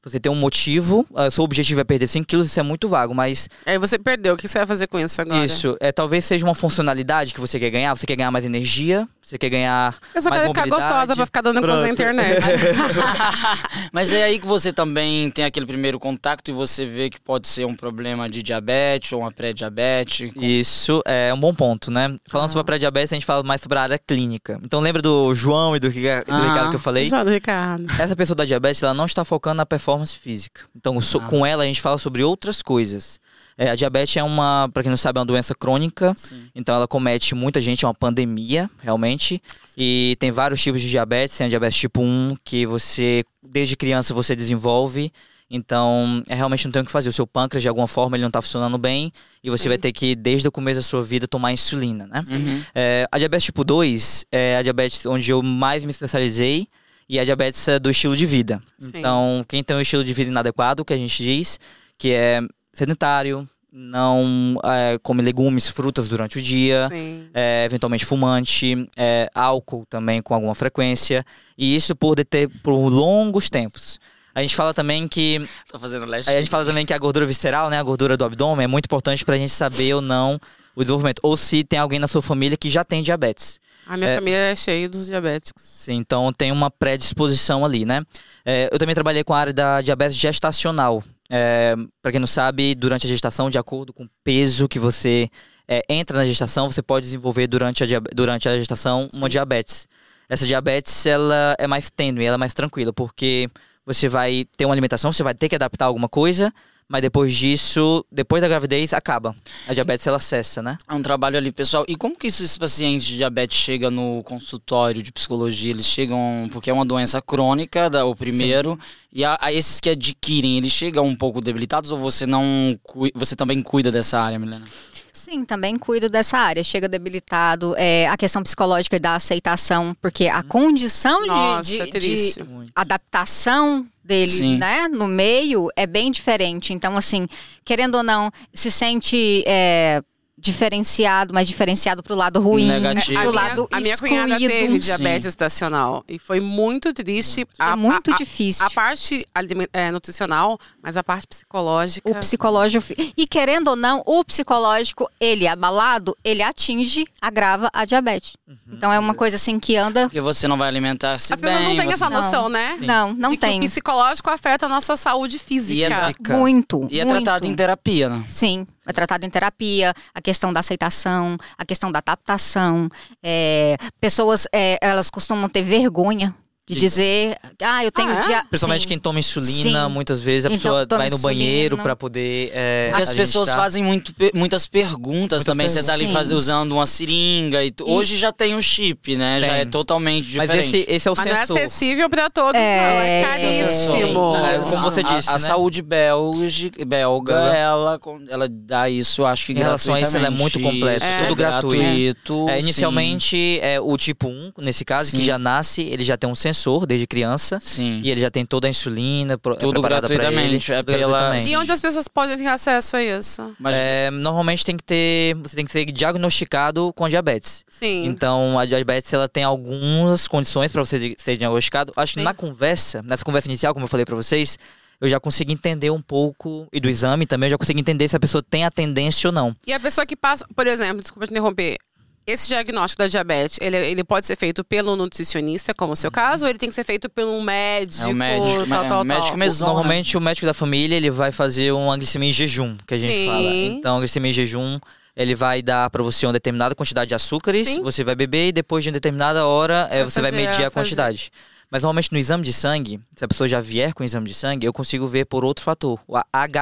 C: Você tem um motivo, ah, seu objetivo é perder 5 quilos, isso é muito vago, mas
B: Aí você perdeu. O que você vai fazer com isso agora?
C: isso, é, talvez seja uma funcionalidade que você quer ganhar. Você quer ganhar mais energia, você quer ganhar.
B: Eu só
C: mais
B: quero ficar
C: mobilidade.
B: gostosa pra ficar dando coisa na
C: Pronto.
B: internet.
A: Mas é aí que você também tem aquele primeiro contato e você vê que pode ser um problema de diabetes ou uma pré-diabetes.
C: Isso é um bom ponto, né?
B: Ah.
C: Falando sobre a pré-diabetes, a gente fala mais sobre a área clínica. Então, lembra do João e do, Rica- do
A: Ah.
C: Ricardo que eu falei?
B: Só do Ricardo.
C: Essa pessoa da diabetes, ela não está focando na performance física. Então, so- com ela a gente fala sobre outras coisas. É, a diabetes é uma, pra quem não sabe, é uma doença crônica. Então, ela comete muita gente, é uma pandemia, realmente. E tem vários tipos de diabetes. Tem a diabetes tipo 1, que você, desde criança, você desenvolve. Então, é, realmente não tem o que fazer. O seu pâncreas, de alguma forma, ele não tá funcionando bem. E você vai ter que, desde o começo da sua vida, tomar insulina, né?
A: Uhum.
C: É, a diabetes tipo 2 é a diabetes onde eu mais me especializei e a diabetes é do estilo de vida.
B: Sim.
C: Então, quem tem um estilo de vida inadequado, que a gente diz, que é sedentário, não é, come legumes, frutas durante o dia,
B: Sim.
C: é, eventualmente fumante, é, álcool também com alguma frequência, e isso por, deter, por longos tempos. A gente fala também que
A: Tá fazendo leste.
C: Aí a gente fala também que a gordura visceral, né, a gordura do abdômen, é muito importante pra gente saber ou não o desenvolvimento. Ou se tem alguém na sua família que já tem diabetes.
B: A minha família é cheia dos diabéticos.
C: Sim, então tem uma predisposição ali, né? É, eu também trabalhei com a área da diabetes gestacional. É, para quem não sabe, durante a gestação, de acordo com o peso que você é, entra na gestação, você pode desenvolver durante a, dia- durante a gestação uma diabetes. Essa diabetes ela é mais tênue, ela é mais tranquila, porque você vai ter uma alimentação, você vai ter que adaptar alguma coisa, mas depois disso, depois da gravidez, acaba. A diabetes ela cessa, né?
A: É um trabalho ali, pessoal. E como que isso, esses pacientes de diabetes chegam no consultório de psicologia? Eles chegam, porque é uma doença crônica, da- o primeiro, e a, a esses que adquirem, eles chegam um pouco debilitados ou você não cui- você também cuida dessa área, Milena?
D: Sim, também cuido dessa área. Chega debilitado é, a questão psicológica da aceitação, porque a condição de-
B: Uhum. Nossa, é
D: de, de
B: triste.
D: adaptação dele,
A: Sim.
D: né, no meio é bem diferente. Então, assim, querendo ou não, se sente é, diferenciado, mas diferenciado pro lado ruim,
A: Um
D: né?
A: Negativo.
D: pro
A: Do
B: a minha,
D: lado
B: a minha
D: excluído.
B: cunhada teve
A: Sim.
B: diabetes estacional e foi muito triste.
D: É
B: A-
D: muito
B: a- a-
D: difícil.
B: A parte alime- é, nutricional, mas a parte psicológica.
D: O psicológico. fi- E querendo ou não, o psicológico, ele é abalado, ele atinge, agrava a diabetes.
B: Uhum.
D: Então é uma coisa assim que anda.
A: Porque você não vai alimentar-se
B: As
A: bem.
B: pessoas não têm
A: você-
B: essa
D: Não.
B: noção, né?
D: Não, não
B: De que
D: tem.
B: o psicológico afeta a nossa saúde física.
A: E é-
D: Muito.
A: E é
D: muito.
A: tratado em terapia, né?
D: Sim, é tratado em terapia, a questão da aceitação, a questão da adaptação. é, pessoas, é, elas costumam ter vergonha de
C: De-
D: dizer, ah, eu tenho
B: Ah, é?
D: dia.
C: Principalmente quem toma insulina,
D: Sim.
C: muitas vezes a
D: Então,
C: pessoa
D: toma
C: vai no banheiro
D: insulina.
C: pra poder. É,
A: Porque as pessoas
C: administrar.
A: fazem muito, pe- muitas perguntas também. Você tá ali
D: perguntas.
A: faz- usando uma seringa. E tu- Hoje já tem um chip, né? Já
C: Tem.
A: é totalmente
C: Mas
A: diferente.
C: esse, esse é o
B: Mas não é
C: sensor.
B: acessível pra todos, não. É
D: É,
B: caríssimo.
A: É,
C: como você
A: a-
C: disse,
A: a,
C: né?
A: saúde belge- belga,
C: Belga.
A: ela, con- ela dá isso, eu acho que
C: Em relação a isso, ela é muito
A: gratuitamente.
C: completa, tudo gratuito. É,
A: sim.
C: inicialmente, é, o tipo 1, nesse caso, que
A: Sim.
C: já nasce, ele já tem um sensor desde criança.
A: Sim.
C: E ele já tem toda a insulina pro,
A: Tudo
C: preparada pra ele,
A: gratuitamente, é
C: tudo
A: pela-
C: gratuitamente.
B: E onde as pessoas podem ter acesso a isso?
A: Mas
C: É, normalmente tem que ter. Você tem que ser diagnosticado com diabetes.
B: Sim.
C: Então, a diabetes ela tem algumas condições para você de- ser diagnosticado. Acho que
B: Sim.
C: na conversa, nessa conversa inicial, como eu falei para vocês, eu já consegui entender um pouco, e do exame também, eu já consegui entender se a pessoa tem a tendência ou não.
B: E a pessoa que passa, por exemplo, desculpa te interromper, esse diagnóstico da diabetes, ele, ele pode ser feito pelo nutricionista, como é o seu caso, ou ele tem que ser feito pelo médico?
A: Uhum. É o médico,
B: tal,
A: é o
B: tal,
A: médico
B: tal?
A: mesmo. Zona.
C: Normalmente o médico da família ele vai fazer uma glicemia em jejum, que a gente
B: Sim.
C: fala. Então, a glicemia em jejum, ele vai dar para você uma determinada quantidade de açúcares,
B: Sim.
C: você vai beber e depois de uma determinada hora eh,
B: Vai
C: você vai
B: fazer
C: medir
B: a-
C: a quantidade. Mas normalmente no exame de sangue, se a pessoa já vier com o exame de sangue, eu consigo ver por outro fator, o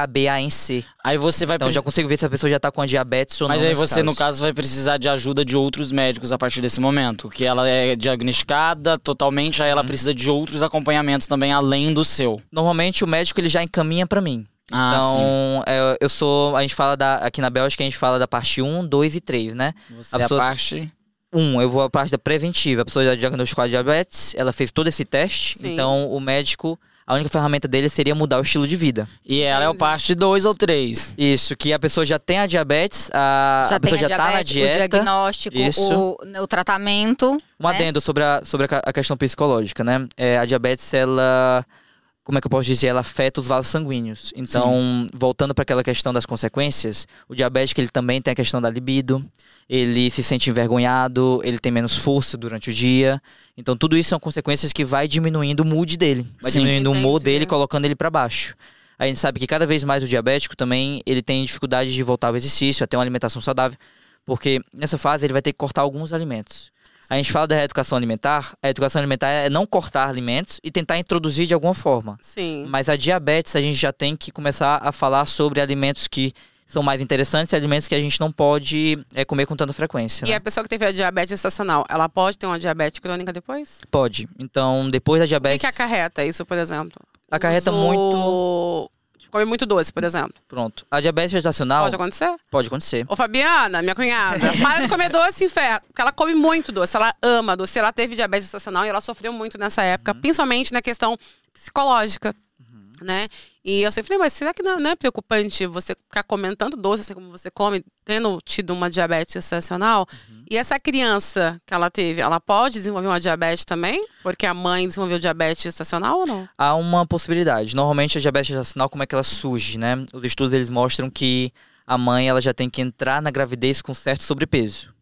C: HbA1c.
A: aí você vai
C: Então eu
A: precisar.
C: já consigo ver se a pessoa já tá com a diabetes ou
A: Mas
C: não.
A: aí
C: nesse
A: você, no caso, vai precisar de ajuda de outros médicos a partir desse momento. Que ela é diagnosticada totalmente, aí
C: Uhum.
A: ela precisa de outros acompanhamentos também, além do seu.
C: Normalmente o médico ele já encaminha para mim.
A: Ah,
C: então, eh, eu sou. A gente fala da. Aqui na Bélgica a gente fala da parte 1, 2 e 3, né?
A: Você
C: a
A: é a
C: pessoa-
A: parte.
C: Um, eu vou à parte da preventiva. A pessoa já diagnosticou a diabetes, ela fez todo esse teste,
B: Sim.
C: então o médico, a única ferramenta dele seria mudar o estilo de vida.
A: E ela é o parte 2 ou 3.
C: Isso, que a pessoa já tem a diabetes, a, a pessoa já
D: a
C: tá na
D: diabetes, o
C: dieta.
D: diagnóstico,
C: isso.
D: o, o tratamento.
C: Um
D: né?
C: adendo sobre a, sobre a ca- a questão psicológica, né? É, a diabetes, ela. Como é que eu posso dizer? Ela afeta os vasos sanguíneos. Então, voltando para aquela questão das consequências, o diabético ele também tem a questão da libido, ele se sente envergonhado, ele tem menos força durante o dia. Então, tudo isso são consequências que vai diminuindo o mood dele, vai
A: Sim.
C: diminuindo o humor
B: Entendi.
C: dele, colocando ele para baixo. A gente sabe que cada vez mais o diabético também ele tem dificuldade de voltar ao exercício, até uma alimentação saudável, porque nessa fase ele vai ter que cortar alguns alimentos. A gente fala da reeducação alimentar. A educação alimentar é não cortar alimentos e tentar introduzir de alguma forma.
B: Sim.
C: Mas a diabetes a gente já tem que começar a falar sobre alimentos que são mais interessantes e alimentos que a gente não pode é, comer com tanta frequência.
B: E
C: né?
B: a pessoa que teve a diabetes gestacional, ela pode ter uma diabetes crônica depois?
C: Pode. Então, depois da
B: O que,
C: diabetes,
B: que acarreta isso, por exemplo?
C: acarreta
B: Uso-
C: muito.
B: Tipo, comer muito doce, por exemplo.
C: Pronto. A diabetes gestacional
B: Pode acontecer?
C: pode acontecer.
B: Ô, Fabiana, minha cunhada, para de comer doce, inferno. Porque ela come muito doce, ela ama doce. Ela teve diabetes gestacional e ela sofreu muito nessa época, principalmente na questão psicológica. Né? E eu sempre falei, mas será que não, não é preocupante você ficar comendo tanto doce assim como você come, tendo tido uma diabetes gestacional? E essa criança que ela teve, ela pode desenvolver uma diabetes também? Porque a mãe desenvolveu diabetes gestacional ou não?
C: há uma possibilidade. Normalmente a diabetes gestacional, como é que ela surge, né? Os estudos eles mostram que a mãe ela já tem que entrar na gravidez com certo sobrepeso.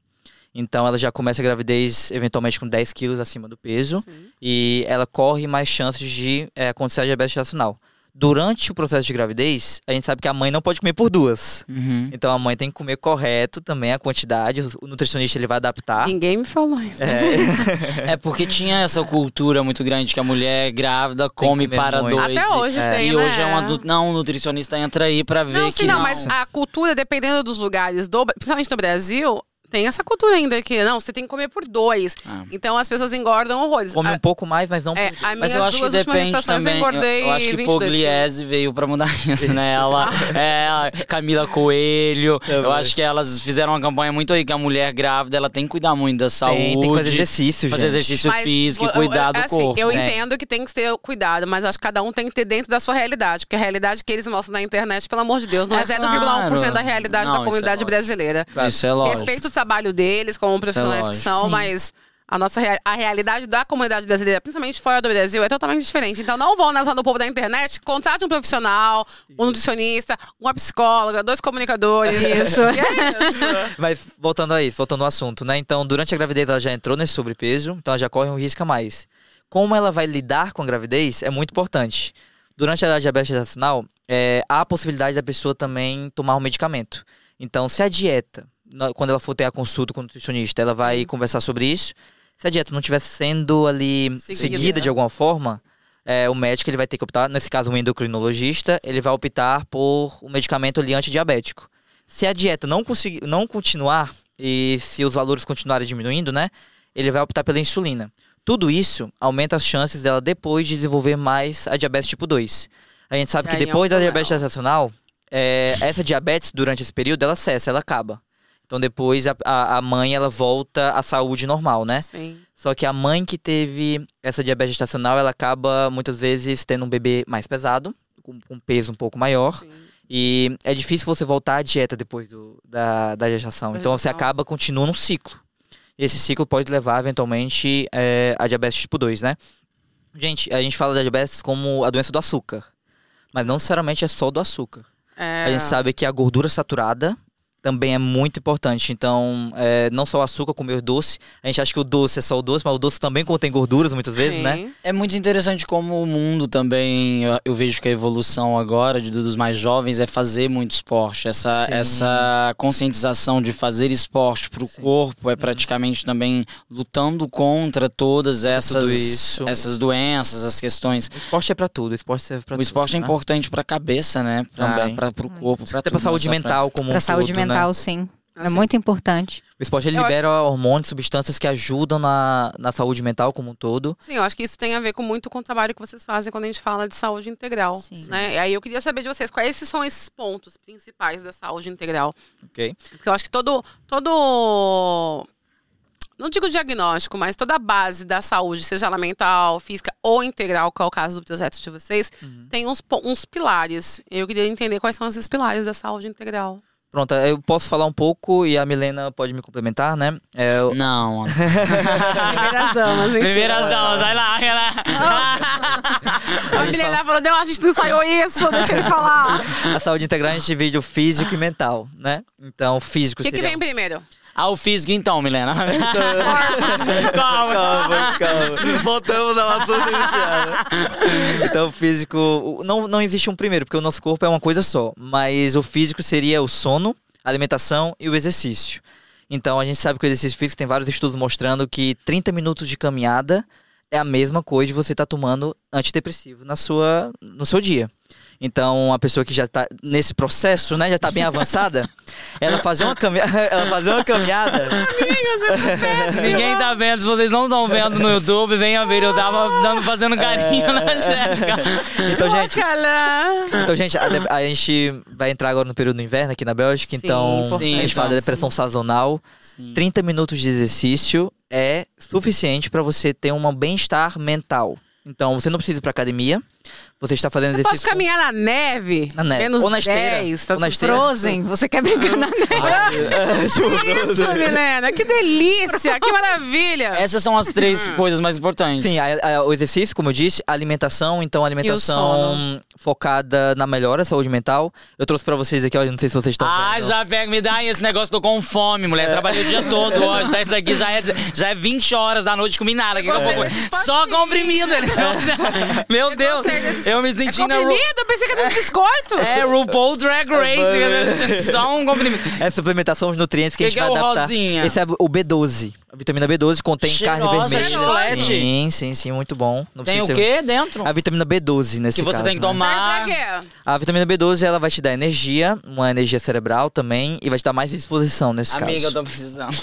C: Então ela já começa a gravidez eventualmente com 10 quilos acima do peso e ela corre mais chances de é, acontecer a diabetes gestacional. Durante o processo de gravidez, a gente sabe que a mãe não pode comer por duas.
A: Uhum.
C: Então a mãe tem que comer correto também a quantidade. O nutricionista ele vai adaptar.
B: Ninguém me falou isso.
A: É porque tinha essa cultura muito grande que a mulher grávida come
C: comer
A: para
C: muito.
A: dois.
B: Até
A: e-
B: hoje tem,
A: E
B: né?
A: hoje é uma. Du... Não, o nutricionista entra aí pra ver
B: Não,
A: que.
B: sim, não,
A: não-
B: mas a cultura, dependendo dos lugares, do- principalmente no Brasil, tem essa cultura ainda que, não, você tem que comer por dois.
A: Ah.
B: Então as pessoas engordam horrores.
C: Come
B: a,
C: um pouco mais, mas não
B: é,
C: por
B: as
A: Mas
B: minhas
A: eu acho que
B: duas últimas
A: depende
B: estações
A: também.
B: eu engordei
A: eu, eu acho que
B: 22 quilos.
A: Pugliese veio pra mudar isso, né? Ela, é, a Camila Coelho. eu
C: bom.
A: acho que elas fizeram uma campanha muito aí que a mulher grávida ela tem que cuidar muito da saúde.
C: Tem, tem que fazer exercício,
A: fazer
C: gente.
A: exercício
B: Mas,
A: físico
B: eu-
A: e
B: eu-
A: cuidar do
B: assim,
A: corpo.
B: Eu
C: né?
B: entendo que tem que ter cuidado, mas acho que cada um tem que ter dentro da sua realidade. Porque a realidade que eles mostram na internet, pelo amor de Deus, não é,
A: É
B: 0,1% da
A: claro.
B: realidade
A: Não,
B: da
A: isso é
B: comunidade
A: lógico.
B: brasileira.
A: Isso é lógico.
B: Respeito o trabalho deles, como profissionais que
A: lógico.
B: são,
A: Sim.
B: mas a nossa rea- a realidade da comunidade brasileira, principalmente fora do Brasil, é totalmente diferente. Então não vão lançar no povo da internet, contrate um profissional, um nutricionista, uma psicóloga, dois comunicadores.
D: Isso.
B: E é isso.
C: Mas voltando a isso, voltando ao assunto, né? Então, durante a gravidez ela já entrou nesse sobrepeso, então ela já corre um risco a mais. Como ela vai lidar com a gravidez é muito importante. Durante a diabetes gestacional, é, há a possibilidade da pessoa também tomar um medicamento. Então, se a dieta, na- quando ela for ter a consulta com o nutricionista, ela vai conversar sobre isso. Se a dieta não estiver sendo ali
B: Seguida.
C: seguida de alguma forma, é, o médico ele vai ter que optar, nesse caso um endocrinologista, ele vai optar por um medicamento ali antidiabético. Se a dieta não conseguir, não continuar e se os valores continuarem diminuindo, né, ele vai optar pela insulina. Tudo isso aumenta as chances dela depois de desenvolver mais a diabetes tipo 2. A gente sabe
B: E
C: que
B: aí é um
C: depois da
B: problema.
C: diabetes gestacional, é, essa diabetes durante esse período ela cessa, ela acaba. Então depois a, a, a mãe ela volta à saúde normal, né?
B: Sim.
C: Só que a mãe que teve essa diabetes gestacional, ela acaba muitas vezes tendo um bebê mais pesado, com, com peso um pouco maior. E é difícil você voltar à dieta depois do- da, da gestação.
B: Da
C: Então você
B: gestação.
C: acaba, continua num ciclo. Esse ciclo pode levar, eventualmente, eh, a diabetes tipo 2, né? Gente, a gente fala da diabetes como a doença do açúcar. Mas não necessariamente é só do açúcar.
B: É,
C: A gente sabe que a gordura saturada também é muito importante. Então, é, não só o açúcar, comer doce. A gente acha que o doce é só o doce, mas o doce também contém gorduras muitas vezes,
B: sim.
C: né?
A: É muito interessante como o mundo também, eu, eu vejo que a evolução agora de, dos mais jovens é fazer muito esporte. Essa,
C: Sim.
A: essa conscientização de fazer esporte pro
C: Sim. Uhum.
A: corpo é praticamente também lutando contra todas essas,
C: isso.
A: essas doenças, as questões.
C: O esporte é pra tudo, o esporte serve pra
A: o
C: tudo.
A: esporte é
C: né?
A: importante pra cabeça, né? Pra,
C: Também.
A: pra, pro corpo, pra
C: Até
A: tudo,
C: pra
A: né?
C: saúde
A: Só pra-
C: mental como
D: Pra
C: um
D: saúde
C: todo, né?
D: mental, sim. É
B: Assim,
D: muito importante.
C: O esporte ele
B: Eu acho-
C: libera hormônios, substâncias que ajudam na, na saúde mental como um todo.
B: Sim, eu acho que isso tem a ver com muito com o trabalho que vocês fazem quando a gente fala de saúde integral.
D: Sim.
B: Né? E aí eu queria saber de vocês quais são esses pontos principais da saúde integral.
C: Ok.
B: Porque eu acho que todo. todo não digo diagnóstico, mas toda a base da saúde, seja ela mental, física ou integral, que é o caso do projeto de vocês, tem uns, po- uns pilares. Eu queria entender quais são esses pilares da saúde integral.
C: Pronto, eu posso falar um pouco e a Milena pode me complementar, né? É, o-
A: Não.
B: Primeiras damas, gente.
A: Primeiras damas, vai lá, vai lá.
B: A Milena falou, não, a gente não ensaiou isso, deixa ele falar.
C: a saúde integral a gente divide o físico e mental, né? Então, o físico
B: O que, que
C: seria
B: vem primeiro?
A: Ah, o físico então, Milena. Calma.
C: Calma, calma. Voltamos ao assunto inicial. Então, o físico. o- Não, não existe um primeiro, porque o nosso corpo é uma coisa só. Mas o físico seria o sono, a alimentação e o exercício. Então a gente sabe que o exercício físico tem vários estudos mostrando que 30 minutos de caminhada é a mesma coisa de você estar tomando antidepressivo na sua, no seu dia. Então, a pessoa que já está nesse processo, né, já está bem avançada, ela fazer uma caminhada, ela fazer uma caminhada,
A: Ninguém tá vendo, se vocês não estão vendo no YouTube, venha ver, eu tava dando, fazendo carinho na Angélica.
C: Então, gente,
B: Calá.
C: então, gente, a, de- a gente vai entrar agora no período do inverno aqui na Bélgica,
B: Sim,
C: então
B: importante.
C: a gente fala da
A: Sim.
C: depressão sazonal. 30 minutos de exercício é suficiente para você ter um bem-estar mental. Então, você não precisa ir pra academia, você está fazendo
B: Você pode
C: exercício.
B: caminhar na neve,
C: Na neve.
B: menos
C: Ou na esteira.
B: 10, tá
C: Ou na
B: tudo
C: esteira.
D: Frozen, você quer brincar na neve?
B: Isso, Milena, que delícia, que
C: É
B: maravilha.
A: Essas são as três coisas mais importantes.
C: Sim, a- a- o exercício, como eu disse, a alimentação, então a alimentação
B: sono.
C: focada na melhora, saúde mental. Eu trouxe pra vocês aqui, olha, não sei se vocês estão
A: Ah,
C: vendo.
A: já pega, me dá aí esse negócio, tô com fome, mulher. Trabalhei o dia todo hoje. Tá, isso aqui já é, já é 20 horas da noite, comi nada. Que
B: gostei
A: eu-
B: desse
A: só
B: patinho.
A: comprimido. Ele. Meu Deus,
B: gostei desse-
A: eu me
B: É
A: senti na... Ru-
B: comprimido, pensei que era dos biscoitos.
A: É, RuPaul Drag Race. só um comprimido.
C: É suplementação de nutrientes que,
A: Que
C: a gente
A: que é
C: vai
A: o
C: adaptar.
A: rosinha?
C: Esse é o B12. A vitamina B12 contém
A: Cheirosa,
C: carne vermelha.
A: chiclete.
C: Sim, sim, sim, muito bom. Não
A: Tem o
C: precisa ser-
A: quê dentro?
C: A vitamina B12 nesse
A: Que você
C: caso,
A: tem que
C: né?
A: tomar.
B: Sabe pra quê?
C: A vitamina B12 ela vai te dar energia, uma energia cerebral também e vai te dar mais disposição nesse
A: Amiga, eu
C: caso.
A: tô precisando.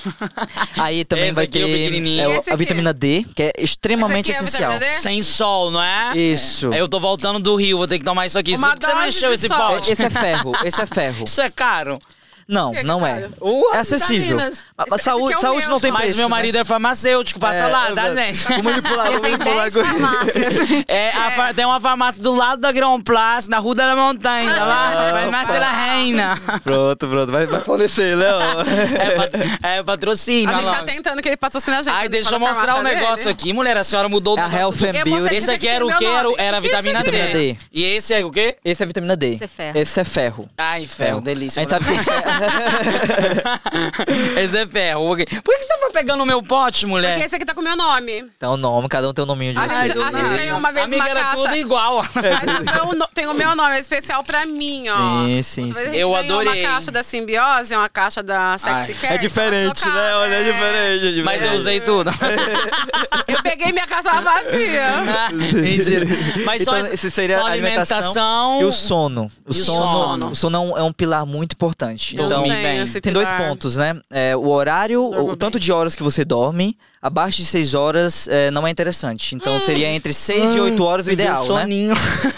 C: Aí também
A: Esse
C: vai
A: aqui é o
C: ter
A: pequenininho.
C: o-
B: E esse
C: a
B: aqui?
C: vitamina D, que é extremamente
B: Essa aqui é a
C: essencial.
B: vitamina D? Ah,
A: Sem sol, não é?
C: Isso.
A: Eu tô voltando do Rio, vou ter que tomar isso aqui.
B: Uma
A: você não
B: dose
A: encheu
B: de
A: esse
B: sol.
A: pote?
C: Esse é ferro, esse é ferro.
A: Isso é caro.
C: Não,
B: Que que
C: não é.
B: caro?
A: Uh,
C: É acessível.
A: vitaminas.
C: Mas- mas
B: Esse-
C: saúde,
B: esse aqui é o
C: saúde
B: meu.
C: não tem
A: Mas
C: preço.
A: meu marido
C: né? É,
A: é farmacêutético, passa lá, dá,
C: exato.
A: gente?
C: Vou manipular, vou manipular.
D: Dez farmácias.
A: É, a fa- tem uma farmácia do lado da Grão Place, na Rua da Montanha, tá
C: Ah,
A: lá? Farmácia La Reina.
C: Pronto, pronto. Vai, vai fornecer, Léo.
A: É, pat- é patrocínio.
B: A gente
A: olha
B: tá
A: lá.
B: tentando que ele patrocine a gente.
A: Ai,
B: quando
A: deixa
B: for
A: eu
B: na
A: mostrar um
B: farmácia dele.
A: negócio aqui, mulher. A senhora mudou. do-
C: É a Health and
B: Eu vou
C: Beauty.
B: ser-
A: Esse aqui era o
B: Esse
A: que?
B: aqui tem
A: Era,
B: meu
A: era a
B: nome.
A: vitamina D.
C: Vitamina D.
A: E esse é o quê?
C: Esse é vitamina D.
D: Esse é ferro.
C: Esse é ferro.
A: Ai, ferro, delícia.
C: A gente sabe que
A: esse é ferro. ok. Por que você tava pegando o meu pote,
C: é.
A: mulher?
B: Porque esse aqui tá com o meu nome.
C: Tá o nome, cada um tem um nominho de
B: A
C: vocês.
B: gente- a gente
C: né?
B: ganhou uma vez
A: Amiga,
B: uma
A: era
B: caixa.
A: tudo igual.
B: Mas é o no- tem o meu nome, é especial pra mim, ó.
C: Sim, sim,
B: Outra vez a
C: sim.
B: gente
A: Eu
B: ganhou
A: adorei.
B: uma caixa da Simbiose, uma caixa da Sexy
A: Ai.
B: Care.
C: É diferente,
B: colocada,
C: né? Olha, é diferente. é diferente.
A: tá Mas eu usei tudo.
B: Eu peguei minha caixa tava vazia.
A: Mentira. Mas só,
C: Então, esse seria
A: só
C: a alimentação,
A: alimentação.
C: E o sono. O
A: um E o
C: sono,
A: sono.
C: O sono é um, é um pilar muito importante.
A: Dormir
C: Então,
A: bem.
C: Tem dois pontos, né? É, o horário,
B: Durmo
C: o tanto
B: bem.
C: de horas que você dorme, abaixo de 6 horas é, não é interessante.
A: Hum.
C: Então seria entre 6 e 8 horas o
A: Me deu
C: ideal, né?
A: soninho.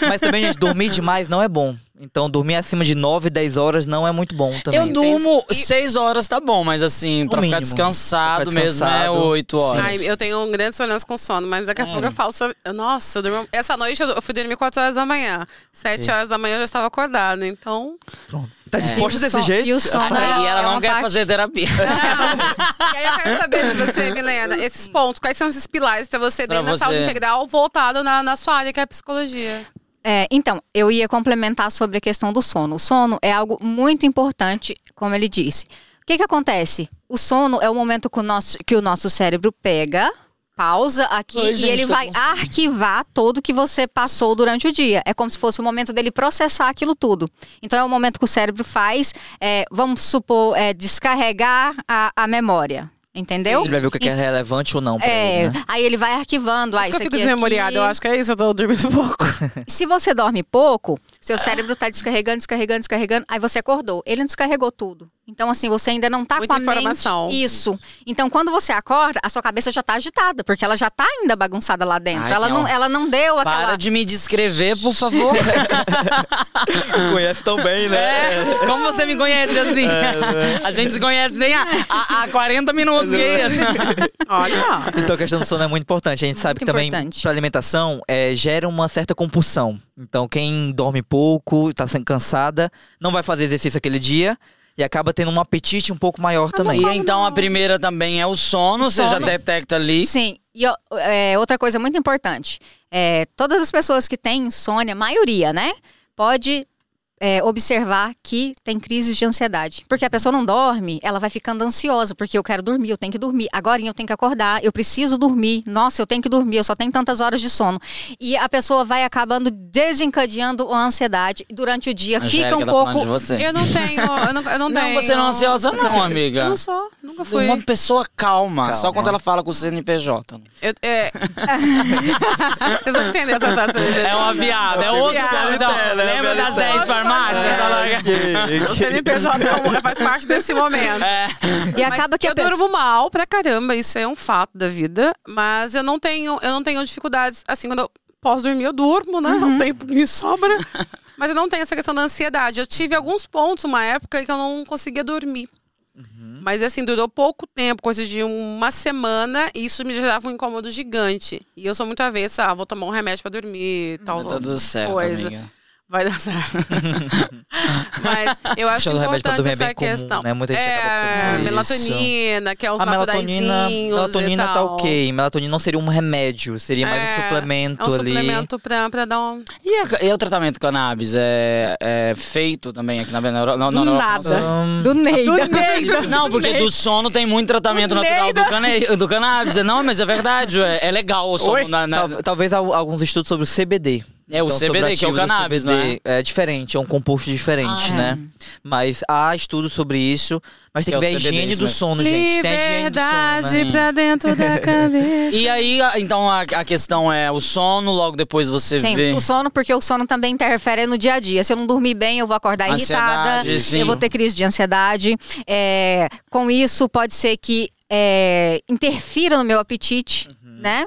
C: Mas também, gente, dormir demais não é bom. Então dormir acima de 9, 10 horas não é muito bom também.
A: Eu durmo
B: E-
A: seis horas, tá bom, mas assim, pra ficar
C: mínimo.
A: descansado,
C: Pra ficar
A: mesmo é
C: descansado.
A: oito horas.
B: Ai, eu tenho um grande problemas com sono, mas daqui a pouco
A: Hum.
B: eu falo sobre. eu- Nossa, eu dormi... essa noite eu eu fui dormir 4 horas da manhã. 7 horas da manhã eu já estava acordada, então.
C: Tá disposta desse jeito?
D: É. E o sono
A: Ah, e ela
D: é
A: não
D: uma
A: quer
D: parte-
A: fazer terapia.
B: Não. e aí eu quero saber de você, Milena, esses pontos, quais são esses pilares pra você
A: Pra
B: dentro da saúde
A: você.
B: integral voltado na, na sua área, que é a psicologia?
D: É, então, eu ia complementar sobre a questão do sono. O sono é algo muito importante, como ele disse. O que, que acontece? O sono é o momento que o nosso, que o nosso cérebro pega, pausa aqui
A: Oi,
D: e
A: gente,
D: ele
A: tô
D: vai
A: com sono.
D: arquivar tudo que você passou durante o dia. É como se fosse o momento dele processar aquilo tudo. Então é o momento que o cérebro faz, é, vamos supor, é, descarregar a, a memória. Entendeu?
C: Ele vai ver o que é relevante ou não pra
D: É,
C: ele, né?
D: aí ele vai arquivando. Ah,
B: Por isso
D: isso
B: que eu
D: aqui,
B: fico desmemoriada,
D: aqui.
B: eu acho que é isso, eu tô dormindo pouco.
D: Se você dorme pouco, seu cérebro tá descarregando, descarregando, descarregando, aí você acordou. Ele não descarregou tudo. Então, assim, você ainda não tá
B: Muita
D: com a
B: informação.
D: mente. Isso. Então, quando você acorda, a sua cabeça já tá agitada, porque ela já tá ainda bagunçada lá dentro.
A: Ai,
D: ela,
A: não.
D: não, ela não deu
A: Para
D: aquela.
A: de me descrever, por favor.
C: Conhece tão bem, né?
A: É, como você me conhece
C: É,
A: assim? a gente se conhece nem há, há, há 40 minutos. que é isso? Ah,
B: Olha.
C: Então a questão do sono é muito importante. A gente sabe que
D: Muito
C: também
D: importante.
C: para alimentação é, gera uma certa compulsão. Então quem dorme pouco, tá sendo cansada, não vai fazer exercício aquele dia e acaba tendo um apetite um pouco
D: Ah,
C: maior também.
A: E então a primeira também é o sono,
D: O
A: você já
D: sono.
A: detecta ali.
D: Sim. E ó, é, outra coisa muito importante: é, todas as pessoas que têm insônia, a maioria, né? Pode é, observar que tem crises de ansiedade. Porque a pessoa não dorme, ela vai ficando ansiosa, porque eu quero dormir, eu tenho que dormir, agora eu tenho que acordar, eu preciso dormir, nossa, eu tenho que dormir, eu só tenho tantas horas de sono. E a pessoa vai acabando desencadeando a ansiedade durante o dia,
A: Angélica
D: fica um
A: tá
D: pouco.
A: falando de você.
B: Eu não tenho. Eu não, eu não,
A: Não,
B: tenho.
A: você não é ansiosa não,
B: Eu
A: amiga.
B: não sou, nunca fui.
A: Uma pessoa calma, só
C: Calma.
A: quando ela fala com o CNPJ.
B: Eu- é- Vocês vão entender essa data.
A: É uma viada, é Tá outro
B: Viada.
A: convidado. Lembra das 10 farmácias? Ela-
B: O CNPJ é um- faz parte desse momento.
A: É.
D: E
B: Mas
D: acaba que a
B: eu
D: pessoa...
B: durmo mal pra caramba, isso é um fato da vida. Mas eu não tenho, eu não tenho dificuldades. Assim, quando eu posso dormir, eu durmo, né? O tempo que me sobra. Mas eu não tenho essa questão da ansiedade. Eu tive alguns pontos, uma época, que eu não conseguia dormir. Mas assim, durou pouco tempo, coisa de uma semana, e isso me gerava um incômodo gigante. E eu sou muito avessa, ah, vou tomar um remédio pra dormir, tal, tipo
A: Tá tudo certo,
B: coisa.
A: amiga.
B: Vai dar certo. Mas eu acho
C: Achando o remédio pra
B: importante
C: dormir é
B: essa
C: bem comum,
B: questão.
C: né? Muita gente acaba
B: é,
C: tomando
B: melatonina, que é os
C: a melatonina,
B: naturaizinhos
C: melatonina
B: e
C: tá
B: tal.
C: ok. Melatonina não seria um remédio, seria mais
B: É,
C: um suplemento
B: É um
C: ali.
B: suplemento pra, pra dar um...
A: E, a- e o tratamento cannabis é, é feito também aqui na na Europa? Não, não,
B: Do
A: na Europa, não
B: nada.
A: sei.
C: Ahn,
D: Do Neida.
A: Não, porque do sono tem muito tratamento natural do, cana do cannabis. Não, mas é verdade, é, é legal o sono. Na, na-
C: tal- talvez al- alguns estudos sobre o CBD.
A: É, o
C: sobre
A: CBD, que é o
C: um ativo do
A: cannabis,
C: CBD.
A: não
C: é? diferente, é um composto
B: Ah,
C: diferente, né? Mas há estudos sobre isso, mas tem
A: Que
C: que,
A: é o
C: ver a
A: CBD,
C: higiene
A: isso
C: do
A: mesmo.
C: sono, gente. Tem a higiene do sono, né?
B: Liberdade pra dentro da cabeça.
A: E aí, a- então a, a questão é o sono, logo depois você
D: Sim,
A: vê.
D: o sono, porque o sono também interfere no dia a dia. Se eu não dormir bem, eu vou acordar
A: Ansiedade,
D: irritada,
A: sim.
D: eu vou ter crise de ansiedade. É, com isso, pode ser que é, interfira no meu apetite,
A: Uhum,
D: né?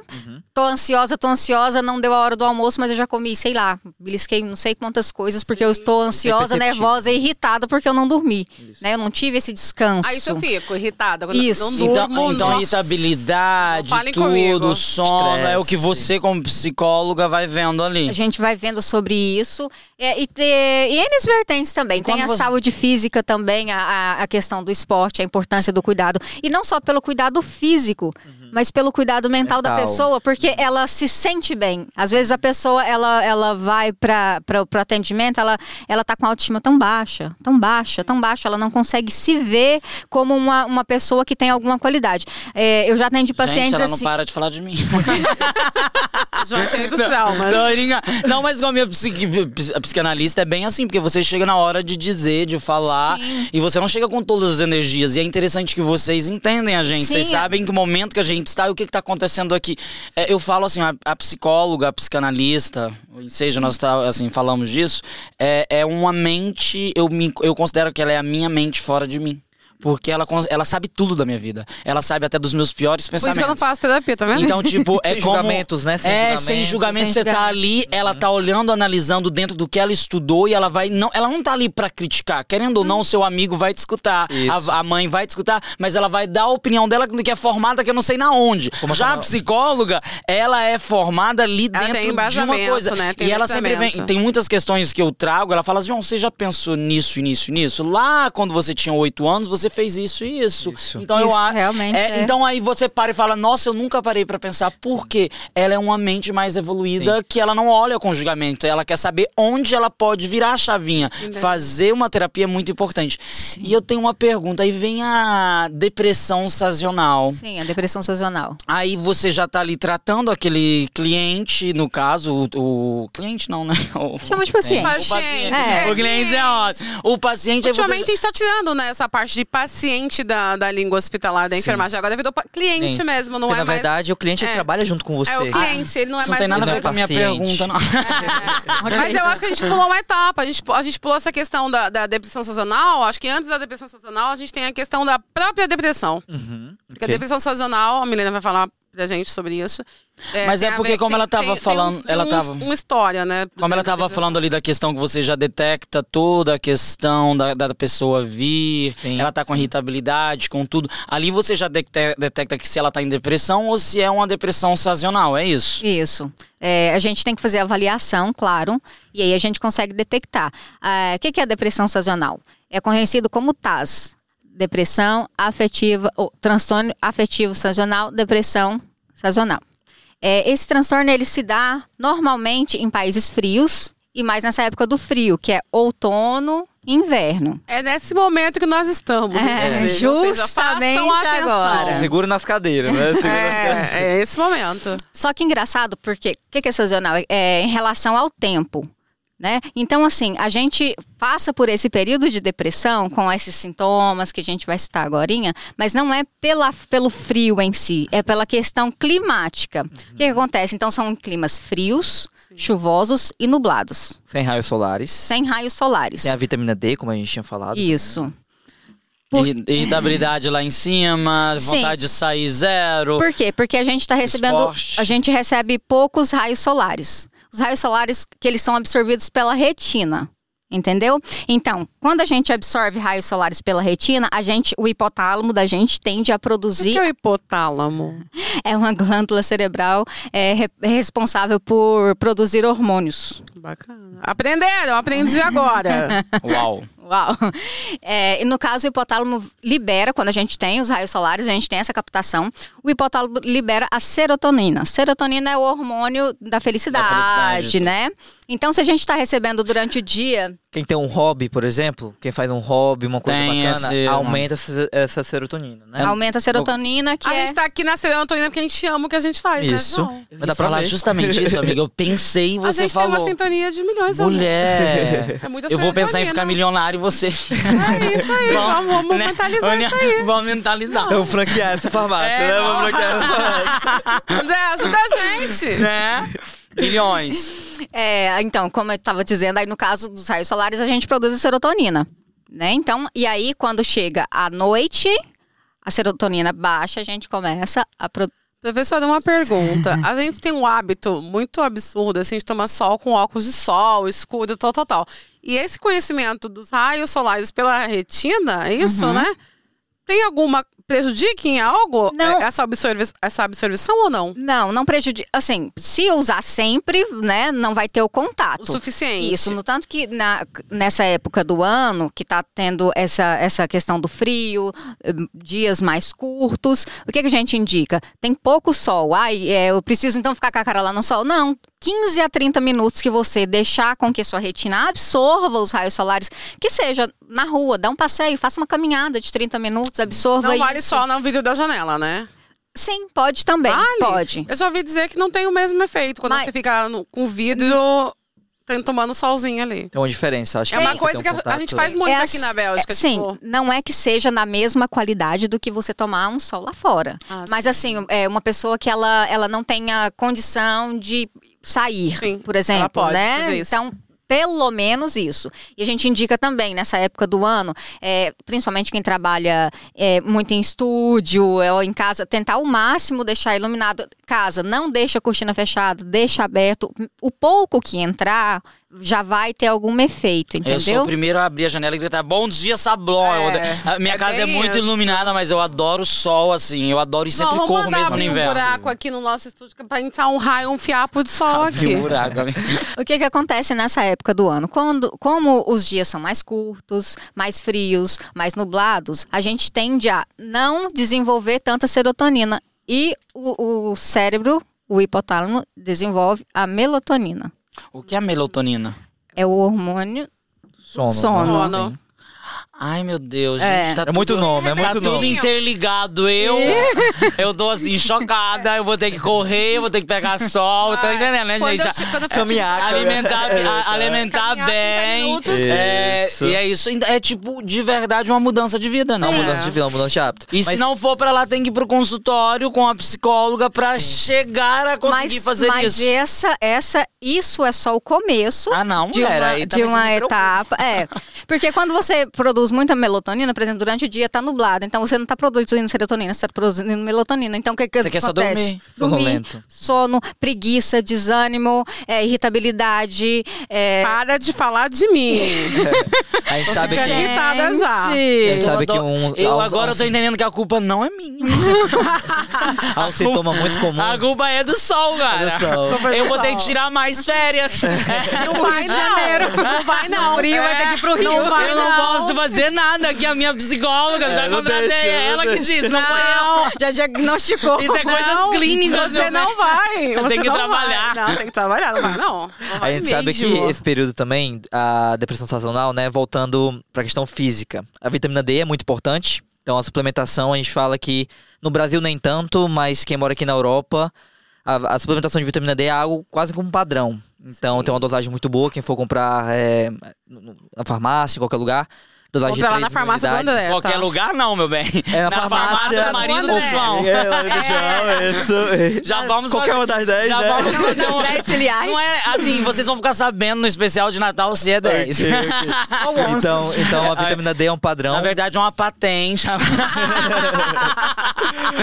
D: Tô ansiosa, tô ansiosa, não deu a hora do almoço, mas eu já comi, sei lá, belisquei não sei quantas coisas, porque eu estou ansiosa,
C: perceptível.
D: nervosa e irritada porque eu não dormi, né? Eu não tive esse descanso.
B: Aí isso eu fico irritada. Quando
D: Isso.
B: Eu não durmo,
A: Então, então
B: nossa.
A: irritabilidade,
B: Não falem
A: tudo,
B: comigo.
A: sono, é o que
C: Estresse.
A: você, como psicóloga, vai vendo ali.
D: A gente vai vendo sobre isso. É, e, te- e eles vertentes também.
A: E
D: Tem
A: quando
D: a
A: você-
D: saúde física também, a- a, a questão do esporte, a importância do cuidado. E não só pelo cuidado físico,
A: Uhum.
D: mas pelo cuidado mental, da
C: Mental.
D: pessoa, porque ela se sente bem. Às vezes a pessoa, ela, ela vai para o atendimento, ela, ela tá com a autoestima tão baixa, tão baixa, tão baixa, ela não consegue se ver como uma, uma pessoa que tem alguma qualidade. É, eu já atendi pacientes
A: Gente, ela não
D: assim...
A: para de falar de mim.
B: João cheio dos traumas.
A: Não, ninguém- não, mas com a minha psiqui- ps- a psicanalista é bem assim, porque você chega na hora de dizer, de falar, e você não chega com todas as energias. E é interessante que vocês entendem a gente,
D: Sim,
A: vocês
D: é.
A: sabem que momento que a gente está e o que está acontecendo aqui. É, eu falo assim, a, a psicóloga, a psicanalista, ou seja, nós tá, assim, falamos disso, é, é uma mente, eu, me, eu considero que ela é a minha mente fora de mim. Porque ela, cons- ela sabe tudo da minha vida. Ela sabe até dos meus piores
B: Por
A: pensamentos.
B: isso que eu não faço terapia, tá vendo?
A: Então, tipo, é
C: Sem
A: como...
C: julgamentos, né? Sem
A: é, sem
C: julgamentos.
A: julgamento.
D: Sem
A: Você tá
D: julgamento.
A: ali, ela tá olhando, analisando dentro do que ela estudou e ela vai... Não, ela não tá ali pra criticar. Querendo ou não,
B: Hum.
A: o seu amigo vai te escutar.
C: Isso.
A: A, a mãe vai te escutar. Mas ela vai dar a opinião dela que é formada que eu não sei na onde.
C: Como
A: Já a
C: chama?
A: psicóloga, ela é formada ali
B: Ela tem
A: dentro de uma
B: embasamento,
A: coisa.
B: né? Tem
A: e ela sempre vem...
B: embasamento.
A: Tem muitas questões que eu trago. Ela fala, João, você já pensou nisso, nisso, nisso? Lá, quando você tinha oito anos, você fez isso e isso.
C: Isso.
A: Então, eu
D: Isso,
A: acho...
D: realmente,
A: é,
D: é.
A: Então, então aí você para e fala, nossa, eu nunca parei pra pensar, porque ela é uma mente mais evoluída que ela não olha com julgamento, ela quer saber onde ela pode virar a chavinha. Fazer uma terapia é muito importante. E eu tenho uma pergunta, aí vem a depressão sazonal.
D: Sim, a depressão sazonal.
A: Aí você já tá ali tratando aquele cliente, no caso, o, o cliente não, né? O,
D: Chama de paciente.
A: o paciente.
D: É.
A: O cliente é ótimo. O paciente aí você-
B: Ultimamente a gente tá tirando né, essa parte de paciente da, da língua hospitalar, da
C: Sim.
B: enfermagem. Agora virou pa- cliente
C: Sim.
B: mesmo, não
C: Porque,
B: é
C: na
B: mais.
C: verdade, o cliente ele
B: É.
C: trabalha junto com você.
B: É o cliente, ele não é
A: Isso não
B: mais.
A: tem nada a
C: Não é
A: ver com a minha
C: paciente.
A: pergunta, não.
B: Mas eu acho que a gente pulou uma etapa. A gente, pu- a gente pulou essa questão da, da depressão sazonal. Acho que antes da depressão sazonal, a gente tem a questão da própria depressão.
A: Hum,
C: Uhum,
B: Porque
C: ok.
B: a depressão sazonal, a Milena vai falar pra gente sobre isso.
A: Mas é
B: tem a
A: porque
B: ver-
A: como ela tava falando- ela
B: um-
A: tava-
B: Uma história, né?
A: Como ela estava falando ali da questão que você já detecta toda a questão da, da pessoa vir,
C: Sim.
A: ela tá com irritabilidade, com tudo. Ali você já detecta, detecta que se ela tá em depressão ou se é uma depressão sazonal, é isso?
D: Isso. É, a gente tem que fazer a avaliação, claro, e aí a gente consegue detectar. Ah, O que, que é a depressão sazonal? É conhecido como TAS. Depressão afetiva, ou transtorno afetivo sazonal, depressão sazonal. É, esse transtorno ele se dá normalmente em países frios e mais nessa época do frio, que é outono e inverno.
B: É nesse momento que nós estamos.
D: É,
B: inclusive. Ou seja,
D: justamente
B: façam atenção.
D: agora.
C: Se segura nas cadeiras, né? Segura nas cadeiras.
B: É, é esse momento.
D: Só que engraçado, porque o que, que é sazonal? É em relação ao tempo. Né? Então, assim, a gente passa por esse período de depressão com esses sintomas que a gente vai citar agora, mas não é pela, pelo frio em si, é pela questão climática. O que, que acontece? Então, são climas frios, chuvosos e nublados,
C: Sem raios solares.
D: sem raios solares.
C: Tem a vitamina D, como a gente tinha falado.
D: Isso. Por-
A: Irri- Irritabilidade lá em cima,
D: Sim.
A: vontade de sair zero.
D: Por quê? Porque a gente está recebendo.
A: Esporte.
D: A gente recebe poucos raios solares. Os raios solares que eles são absorvidos pela retina. Entendeu? Então, quando a gente absorve raios solares pela retina, a gente, o hipotálamo da gente tende a
B: O que
D: produzir.
B: é o hipotálamo?
D: É uma glândula cerebral é, re- responsável por produzir hormônios.
B: Bacana. Aprenderam, aprendi agora.
A: Uau.
D: Uau! É, e no caso, o hipotálamo libera, quando a gente tem os raios solares, a gente tem essa captação, o hipotálamo libera a serotonina. Serotonina é o hormônio da felicidade,
C: felicidade,
D: né? Então, se a gente está recebendo durante o dia,
C: Quem tem um hobby, por exemplo, quem faz um hobby, uma coisa
A: Tem
C: bacana,
A: esse-
C: aumenta essa, essa serotonina, né?
D: aumenta a serotonina, que
B: a
D: é...
B: gente tá aqui na Serotonina porque a gente ama o que a gente faz,
C: Isso.
B: né? João?
C: Mas dá pra
A: É, falar
C: ver.
A: justamente isso, amiga. Eu pensei e
B: A
A: você
B: gente tem uma
A: falou.
B: sintonia de milhões né?
A: Mulher.
B: É muita
A: Eu vou pensar em
B: serotonina.
A: ficar milionário e você.
B: É isso aí, vamos, vamos
A: Né?
B: mentalizar isso aí.
A: Vamos mentalizar.
C: Vamos É um franquear essa farmácia,
A: É,
C: né? Vamos franquear essa farmácia.
B: André, ajuda a gente.
A: Né? Milhões.
B: tá-
D: É, então, como eu estava dizendo, aí no caso dos raios solares, a gente produz a serotonina, né? Então, e aí quando chega à noite, a serotonina baixa, a gente começa a produzir.
B: Professora, uma pergunta. A gente tem um hábito muito absurdo, assim, de tomar sol com óculos de sol, escuro, tal, tal, tal. E esse conhecimento dos raios solares pela retina, é isso, né? Tem alguma. prejudica em algo
D: Não.
B: eh, essa, absorvi- essa absorção ou não?
D: Não, não prejudica. Assim, se usar sempre, né, não vai ter o contato.
B: O suficiente.
D: Isso, no tanto que na- nessa época do ano, que tá tendo essa, essa questão do frio, eh, dias mais curtos, o que, que a gente indica? Tem pouco sol. Ai, é, eu preciso então ficar com a cara lá no sol? Não. 15 a 30 minutos que você deixar com que sua retina absorva os raios solares, que seja na rua, dá um passeio, faça uma caminhada de 30 minutos, absorva
B: Não vale
D: isso.
B: só no vidro da janela, né?
D: Sim, pode também.
B: Vale?
D: Pode.
B: Eu já ouvi dizer que não tem o mesmo efeito quando
D: Mas-
B: você fica no- com o vidro tem- tomando solzinho ali.
C: Tem uma diferença, acho
B: É
C: que
B: uma
C: você
B: coisa
C: tem
B: que
C: um
B: a- a gente
C: contato-
A: né?
B: faz muito
D: É
B: aqui
D: as-
B: na Bélgica.
D: é, Sim,
B: tipo,
D: não é que seja na mesma qualidade do que você tomar um sol lá fora.
B: Ah,
D: Mas assim, é uma pessoa que ela, ela não tenha condição de sair,
B: Sim,
D: assim, por exemplo,
B: ela pode
D: né?
B: fazer isso.
D: Então, pelo menos isso. E a gente indica também, nessa época do ano, é, principalmente quem trabalha é, muito em estúdio é, ou em casa, tentar ao máximo deixar iluminado casa. Não deixa a cortina fechada, deixa aberto. O pouco que entrar já vai ter algum efeito, entendeu?
A: Eu sou o primeiro a abrir a janela e gritar bom dia, sablon. Eu
B: É,
A: ade- a minha
B: é
A: casa é
B: bem
A: muito
B: isso.
A: iluminada, mas eu adoro o sol, assim. Eu adoro e sempre
B: Não, vamos
A: corro
B: mandar
A: mesmo no
B: abrir um
A: inverno.
B: buraco aqui no nosso estúdio pra entrar um raio, um fiapo de sol aqui.
A: Abriu um buraco, amiga.
D: O que, que acontece nessa época do ano? Quando, como os dias são mais curtos, mais frios, mais nublados, a gente tende a não desenvolver tanta serotonina. E o, o cérebro, o hipotálamo, desenvolve a melatonina.
A: O que é a melatonina?
D: É o hormônio.
C: sono.
D: Sono.
C: né?
B: Sono.
C: Sim.
A: Ai, meu Deus,
D: É.
A: gente. Tá
C: É muito
A: tudo...
C: nome, é
A: Tá
C: muito
A: tudo
C: nome.
A: interligado. Eu,
B: É.
A: eu tô assim, chocada. Eu vou ter que correr, eu vou ter que pegar sol. Tá entendendo, né,
B: Quando
A: gente?
B: eu, che- quando eu fui
C: É
A: Tá
C: Caminhar,
A: alimentar,
C: caminhar.
A: a- alimentar
B: Caminhar 30
A: bem.
B: minutos.
A: É,
C: Isso.
A: e é isso. É tipo, de verdade, uma mudança de vida,
C: É
A: né?
C: uma
B: Sim.
C: mudança
B: É.
C: de vida, uma mudança de hábito.
A: E se
C: Mas
A: não for pra lá, tem que ir pro consultório com a psicóloga pra chegar a conseguir
D: mas
A: fazer
D: mas
A: isso.
D: essa, essa, isso é só o começo.
A: Ah, não,
D: de
A: mulher,
D: uma,
A: aí
D: de
A: também você
D: uma
A: me preocupa.
D: etapa. É. Porque quando você produz muita melatonina, por exemplo, durante o dia tá nublado, então você não tá produzindo serotonina, você tá produzindo melatonina. Então o que, que
A: Você quer só
D: acontece?
A: dormir.
C: Sonolento.
D: sono, preguiça, desânimo, é, irritabilidade. É...
B: Para de falar de mim.
C: A gente sabe
B: ficando
A: é?
C: que.
B: irritada já.
C: A gente
A: Eu
C: sabe que
A: adoro-
C: um,
A: eu
C: há um-
A: agora
C: há um,
A: tô entendendo que a culpa não é minha.
C: há um sintoma muito comum.
A: A culpa é do sol, cara.
C: do sol.
B: Culpa é do
A: Eu vou ter
B: sol.
A: que tirar mais férias. É.
B: Não é vai, não. Não vai, não.
D: Frio, vai ter que ir pro Rio.
B: Não vai,
A: Eu não posso fazer dizer nada que a minha psicóloga já
C: não
A: contratei.
C: deixa,
A: é
C: não
A: ela que
C: deixa.
A: diz, não foi eu.
D: Já diagnosticou.
A: Isso é coisas clínicas, meu
B: Você não
A: bem.
B: vai.
A: Eu
B: Você
A: tenho que
B: não
A: trabalhar.
B: Vai. Não, tem que trabalhar, não vai, não. Não
C: A
B: vai
C: gente sabe que
B: mesmo.
C: esse período também, a depressão sazonal, né, voltando pra questão física. A vitamina D é muito importante, então a suplementação a gente fala que no Brasil nem tanto, mas quem mora aqui na Europa, a, a suplementação de vitamina D é algo quase como padrão. Então tem uma dosagem muito boa, quem for comprar é, na farmácia, em qualquer lugar, dosagem
B: Compra lá
C: de
B: na
C: 3
B: farmácia do
C: unidades.
B: É, tá.
A: Qualquer lugar não, meu bem.
C: É, na farmácia,
A: farmácia,
C: do
A: marido do
B: André.
A: João.
C: É, lá no João, isso. É.
A: Já vamos
C: Qualquer
A: fazer-
C: uma das 10,
A: Já
C: né?
A: vamos fazer
D: das
A: uma-
D: 10 filiais.
A: Não é assim, vocês vão ficar sabendo no especial de Natal se é 10.
C: Ok, ok.
A: é.
C: Então, então a vitamina D é um padrão.
A: Na verdade, é uma patente.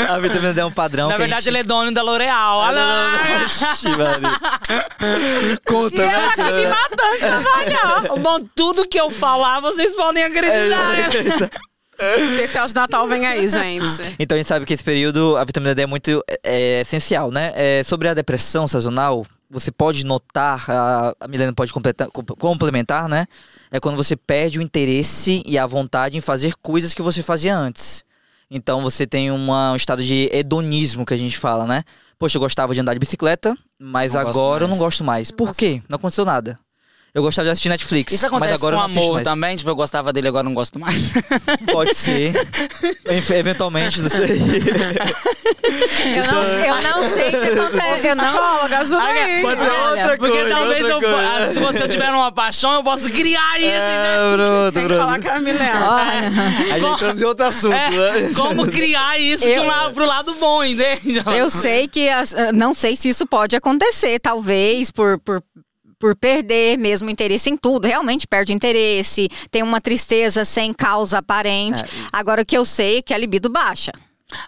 C: A vitamina D é um padrão.
A: Na
C: que a
A: verdade,
C: gente...
A: ele é dono da L'Oreal.
C: Ah,
A: Olha lá.
C: não, não, não. Oxi, Maria. Conta,
B: E ela tá me
C: né?
B: matando, Savagão.
A: tá Bom, tudo que eu falar, vocês podem acreditar.
C: É,
A: né?
B: Especial de Natal vem aí, gente.
C: Então a gente sabe que esse período a vitamina D é muito é, é essencial, né? É, sobre a depressão sazonal, você pode notar, a, a Milena pode completar- com- complementar, né? É quando você perde o interesse e a vontade em fazer coisas que você fazia antes. Então você tem uma- um estado de hedonismo que a gente fala, né? Poxa, eu gostava de andar de bicicleta, mas
A: Não gosto
C: agora eu não
A: mais.
C: gosto mais. Por quê? Não aconteceu nada. Eu gostava de assistir Netflix,
A: Isso acontece
C: mas agora
A: com
C: eu não assisto
A: amor
C: mais.
A: também. Tipo, eu gostava dele, agora eu não gosto mais.
C: Pode ser. Enf- Eventualmente, não sei.
D: Eu não, eu não sei se acontece. Eu não,
B: Psicóloga, ajuda aí.
C: Pode ser
A: Olha,
C: outra
A: porque
C: coisa,
A: talvez
C: outra
A: eu po-
C: coisa.
A: ah, se você tiver uma paixão, eu posso criar isso,
C: É,
B: Tem
C: pronto,
B: que falar com
C: pronto.
B: a Milena.
C: A gente entrando em outro assunto,
A: entendeu?
C: né?
A: É, como criar isso de um
D: Eu-
A: lado, pro lado bom, entende?
D: Eu sei que as- eh, não sei se isso pode acontecer, talvez por, por por perder mesmo interesse em tudo, realmente perde interesse, tem uma tristeza sem causa aparente.
C: É, isso.
D: Agora o que eu sei é que a libido baixa,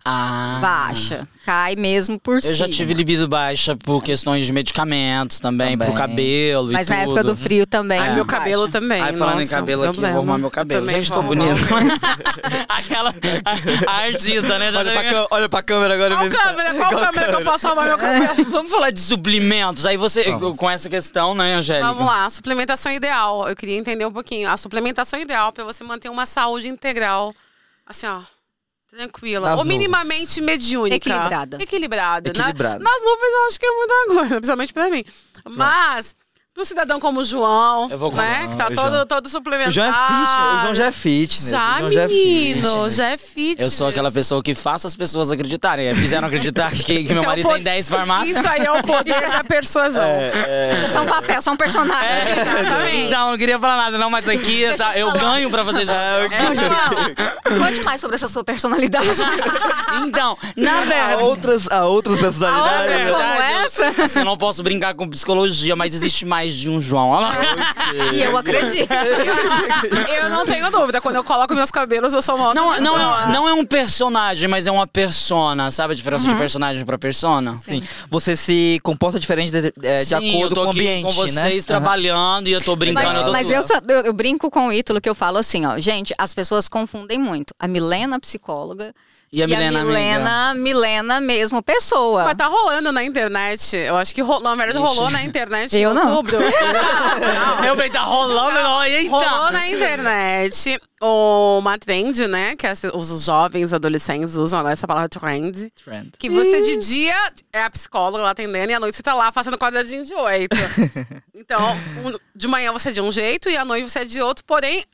A: Ah.
D: baixa, cai mesmo por si.
A: Eu já tive libido baixa por questões de medicamentos também,
C: Também.
A: pro cabelo
D: Mas
A: e tudo.
D: na época do frio também.
B: Ai,
D: né,
B: meu
D: baixa.
B: cabelo também.
A: Aí falando em
B: nossa,
A: cabelo aqui, eu
B: problema.
A: vou arrumar meu cabelo.
B: Também
A: Gente,
B: vou
A: tô bonito.
B: arrumar meu
A: Aquela a, a artista, né? Já
C: Olha
A: tá
C: pra, cam- olha pra câmera agora.
B: Qual
C: mesmo.
B: câmera? Qual câmera que eu posso arrumar meu cabelo?
A: ligado? Vamos falar de sublimentos. Aí você, com essa questão, né, Angélica?
B: Vamos lá, suplementação ideal. Eu queria entender um pouquinho. A suplementação ideal para você manter uma saúde integral, assim, ó, tranquila.
C: Nas
B: ou minimamente mediúnica.
D: Equilibrada.
B: Equilibrada. Na-
C: Equilibrada.
B: nas nuvens eu acho que é muita coisa, principalmente para mim. Mas, para um cidadão como o João,
A: Eu vou com-
B: né, que tá
C: o
B: todo,
C: João.
B: todo suplementado.
C: O João é fitness. O João já é fitness.
B: Já,
C: o João já é
B: menino,
C: fitness.
B: já é fitness.
A: Eu sou aquela pessoa que faço as pessoas acreditarem. É, Fizeram acreditar que, que meu
B: Isso é o
A: marido
B: po-
A: tem 10 farmácias.
B: Isso aí é o poder da persuasão.
D: É Só um papel, só um personagem.
B: Exatamente.
A: Então, não queria falar nada, não, mas aqui tá- eu ganho pra vocês.
C: É,
A: É.
D: Conte mais sobre essa sua personalidade.
A: Então, na
C: Há
A: verdade.
C: outras, há outras
A: na
C: personalidades. né?
D: outras como
A: É verdade, eu-
D: essa?
A: assim, eu não posso brincar com psicologia, mas existe mais de um João. Olha lá.
D: e eu acredito.
B: Eu não tenho dúvida. Quando eu coloco meus cabelos, eu sou uma outra
A: Não, não,
B: pessoa.
A: é, não é um personagem, mas é uma persona. Sabe a diferença de personagem pra persona?
C: Sim. Você se comporta diferente de, é, de
A: Sim, eu
C: acordo
A: tô
C: com o
A: aqui
C: ambiente,
A: com vocês
C: né? Aham.
A: trabalhando e eu tô brincando.
D: Mas,
A: eu tô
D: mas
A: tudo.
D: eu, sa- eu- eu brinco com o Ítalo que eu falo assim, ó, gente, as pessoas confundem muito. A Milena, psicóloga,
A: E a Milena, amiga?
D: Milena, Milena mesmo, pessoa.
B: Mas tá rolando na internet. Eu acho que rolou. Na verdade,
A: Ixi.
B: rolou na internet
D: Eu
B: em
D: não.
B: outubro. né? Não,
A: Meu bem, tá rolando, não. Eita!
B: Rolou né, na internet uma trend, né? Que as pe- os jovens adolescentes usam agora essa palavra trend.
C: Friend.
B: Que você de dia é a psicóloga lá atendendo e à noite você tá lá fazendo quadradinho de oito. então, um- de manhã você é de um jeito e à noite você é de outro, porém,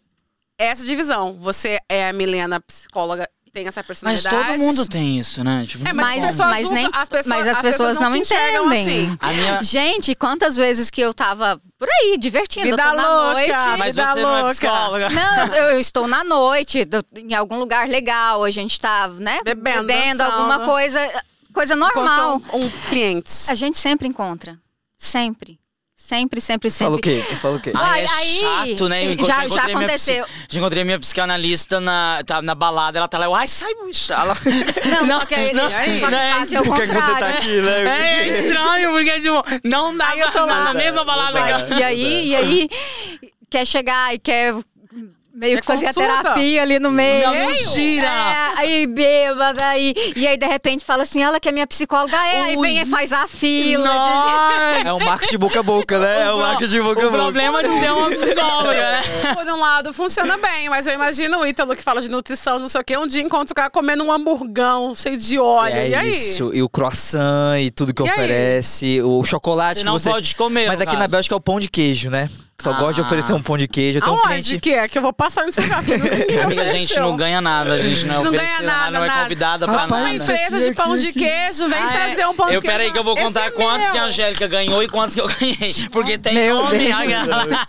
B: é essa divisão. Você é a Milena, psicóloga, tem essa
A: Mas
B: personalidade.
A: todo mundo tem isso, né? Tipo,
B: É, mas,
D: Mas-
B: as pessoas
D: mas
B: nunca-
D: nem-
B: as pessoas,
D: mas as pessoas não
B: te enxergam
D: entendem.
B: Assim.
A: a minha...
D: Gente, quantas vezes que eu tava por aí, divertindo, eu
B: Vida
D: tô na
B: louca,
D: noite.
A: Mas
B: Vida
A: você não
B: louca.
A: é psicóloga.
D: Não, eu, eu estou na noite, do- em algum lugar legal, a gente tá, né,
B: Bebendo, dançando.
D: alguma coisa, coisa normal.
B: Enquanto Um, um cliente.
D: A gente sempre encontra, sempre, sempre, sempre, sempre.
C: Fala o quê? Fala o quê?
A: Ai, é
D: Aí-
A: chato, né? Eu
D: já-
A: encontrei-
D: já
A: encontrei minha
D: aconteceu.
A: psi- Já encontrei minha psicanalista na, tá, na balada, ela tá lá, eu, ai, sai, bicha. Ela...
D: Não, só que, ele,
A: não,
D: só que
A: não é
D: fazem o
C: Por que, que você tá
D: contrário.
C: aqui, né?
A: É estranho, porque, tipo, não dá
D: Aí eu tô
A: na-
D: lá.
A: na mesma balada que ela.
D: E aí, e aí, quer chegar e quer meio
B: É
D: que fazia
B: consulta.
D: terapia ali no meio.
A: Não, mentira!
D: É, aí bêbada, aí, e aí de repente fala assim, ela que é minha psicóloga, é, aí
A: Ui.
D: vem e faz a fila.
A: Nossa,
C: É um marketing de boca a boca, né? É um marketing de boca a
A: o
C: boca.
A: problema de ser uma psicóloga, né?
B: Por um lado, funciona bem, mas eu imagino o Ítalo que fala de nutrição, não sei o quê, um dia encontra o cara comendo um hamburgão cheio de óleo.
C: É
B: e aí?
C: isso, e o croissant e tudo que
B: E aí?
C: oferece, o
A: Você
C: chocolate que
A: não
C: você...
A: pode comer,
C: Mas
A: no
C: aqui na
A: caso.
C: Bélgica é o pão de queijo, né? Só
A: Ah.
C: gosta de oferecer um pão de queijo. Eu tenho um
B: Aonde
C: cliente...
B: que é? Que eu vou passar nesse lugar. porque ninguém
A: Amiga, a gente
B: ofereceu.
A: não ganha nada, a gente não é
B: Não ganha
A: oferecida, nada, não
B: nada,
A: é convidada
C: nada.
A: pra
B: Uma
C: Rapaz,
A: nada.
B: empresa de pão de queijo, vem
A: Ah, é?
B: trazer um pão de
A: eu,
B: queijo.
A: Peraí que eu vou
B: Esse
A: contar
B: é
A: quantos
B: meu.
A: que a Angélica ganhou e quantos que eu ganhei. Porque tem
C: Meu
A: nome,
C: Deus.
A: a galera.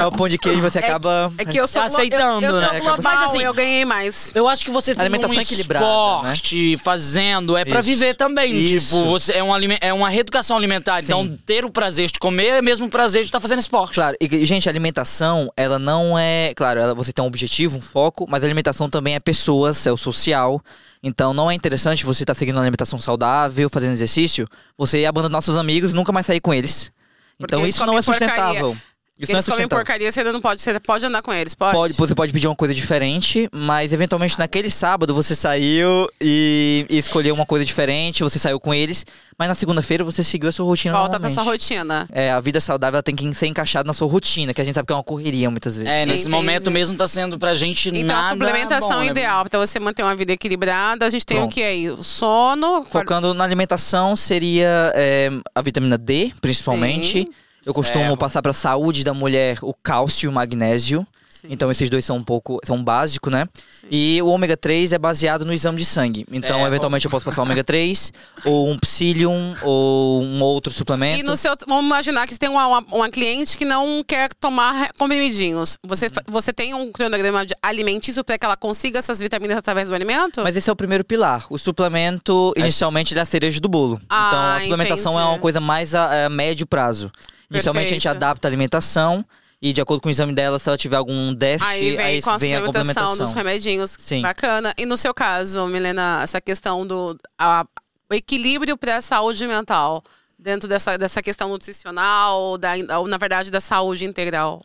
C: É o pão de queijo, você acaba...
B: É que eu sou glo-
A: tá Aceitando,
B: eu, eu sou
A: né?
B: global,
A: Mas assim,
B: eu ganhei mais.
A: Eu acho que você tem
C: Alimentação
A: um
C: equilibrada, né?
A: esporte fazendo, é pra
C: Isso.
A: viver também.
C: Isso.
A: Tipo, você é, um alime- é uma reeducação alimentar. Então, ter o prazer de comer é mesmo o prazer de estar fazendo esporte.
C: Claro, e gente, a alimentação, ela não é. Claro, ela, você tem um objetivo, um foco, mas a alimentação também é pessoas, é o social. Então não é interessante você estar seguindo uma alimentação saudável, fazendo exercício, você abandonar seus amigos e nunca mais sair com eles.
B: Porque
C: Então
B: eles
C: isso não é
B: comem porcaria.
C: sustentável. Isso não é
B: eles comem
C: sustentável.
B: porcaria, você ainda não pode, você pode andar com eles, pode?
C: Pode, você pode pedir uma coisa diferente, mas eventualmente naquele sábado você saiu e, e escolheu uma coisa diferente, você saiu com eles, mas na segunda-feira você seguiu a sua rotina
B: Volta pra
C: normalmente.
B: sua rotina.
C: É, a vida saudável ela tem que ser encaixada na sua rotina, que a gente sabe que é uma correria muitas vezes.
A: É, nesse
B: Entendi.
A: momento mesmo tá sendo pra gente
B: Então,
A: nada
B: a suplementação
A: bom, né?
B: ideal pra você manter uma vida equilibrada, a gente tem o
C: Pronto.
B: que aí? O sono,
C: Focando na alimentação, seria é, a vitamina D, principalmente.
B: Sim. É,
C: Eu costumo
A: Ferro.
C: passar para a saúde da mulher o cálcio e o magnésio.
B: Sim.
C: Então, esses dois são um pouco são básicos, né? E o ômega 3 é baseado no exame de sangue. Então,
A: É,
C: eventualmente, eu posso passar ômega 3, ou um psyllium, ou um outro suplemento.
B: E no seu. Vamos imaginar que tem uma, uma, uma cliente que não quer tomar comprimidinhos. Você, fa- você tem um cronograma de alimentício para que ela consiga essas vitaminas através do alimento?
C: Mas esse é o primeiro pilar. O suplemento, inicialmente, ele é a cereja do bolo.
B: Ah,
C: então, a suplementação
B: entendi.
C: é uma coisa mais a, a médio prazo. Inicialmente, a gente
B: Perfeito.
C: adapta a alimentação. E de acordo com o exame dela, se ela tiver algum déficit,
B: Aí vem com a suplementação dos remedinhos.
C: Sim.
B: Bacana. E no seu caso, Milena, essa questão do a- o equilíbrio para a saúde mental dentro dessa, dessa questão nutricional, da, ou, na verdade da saúde integral.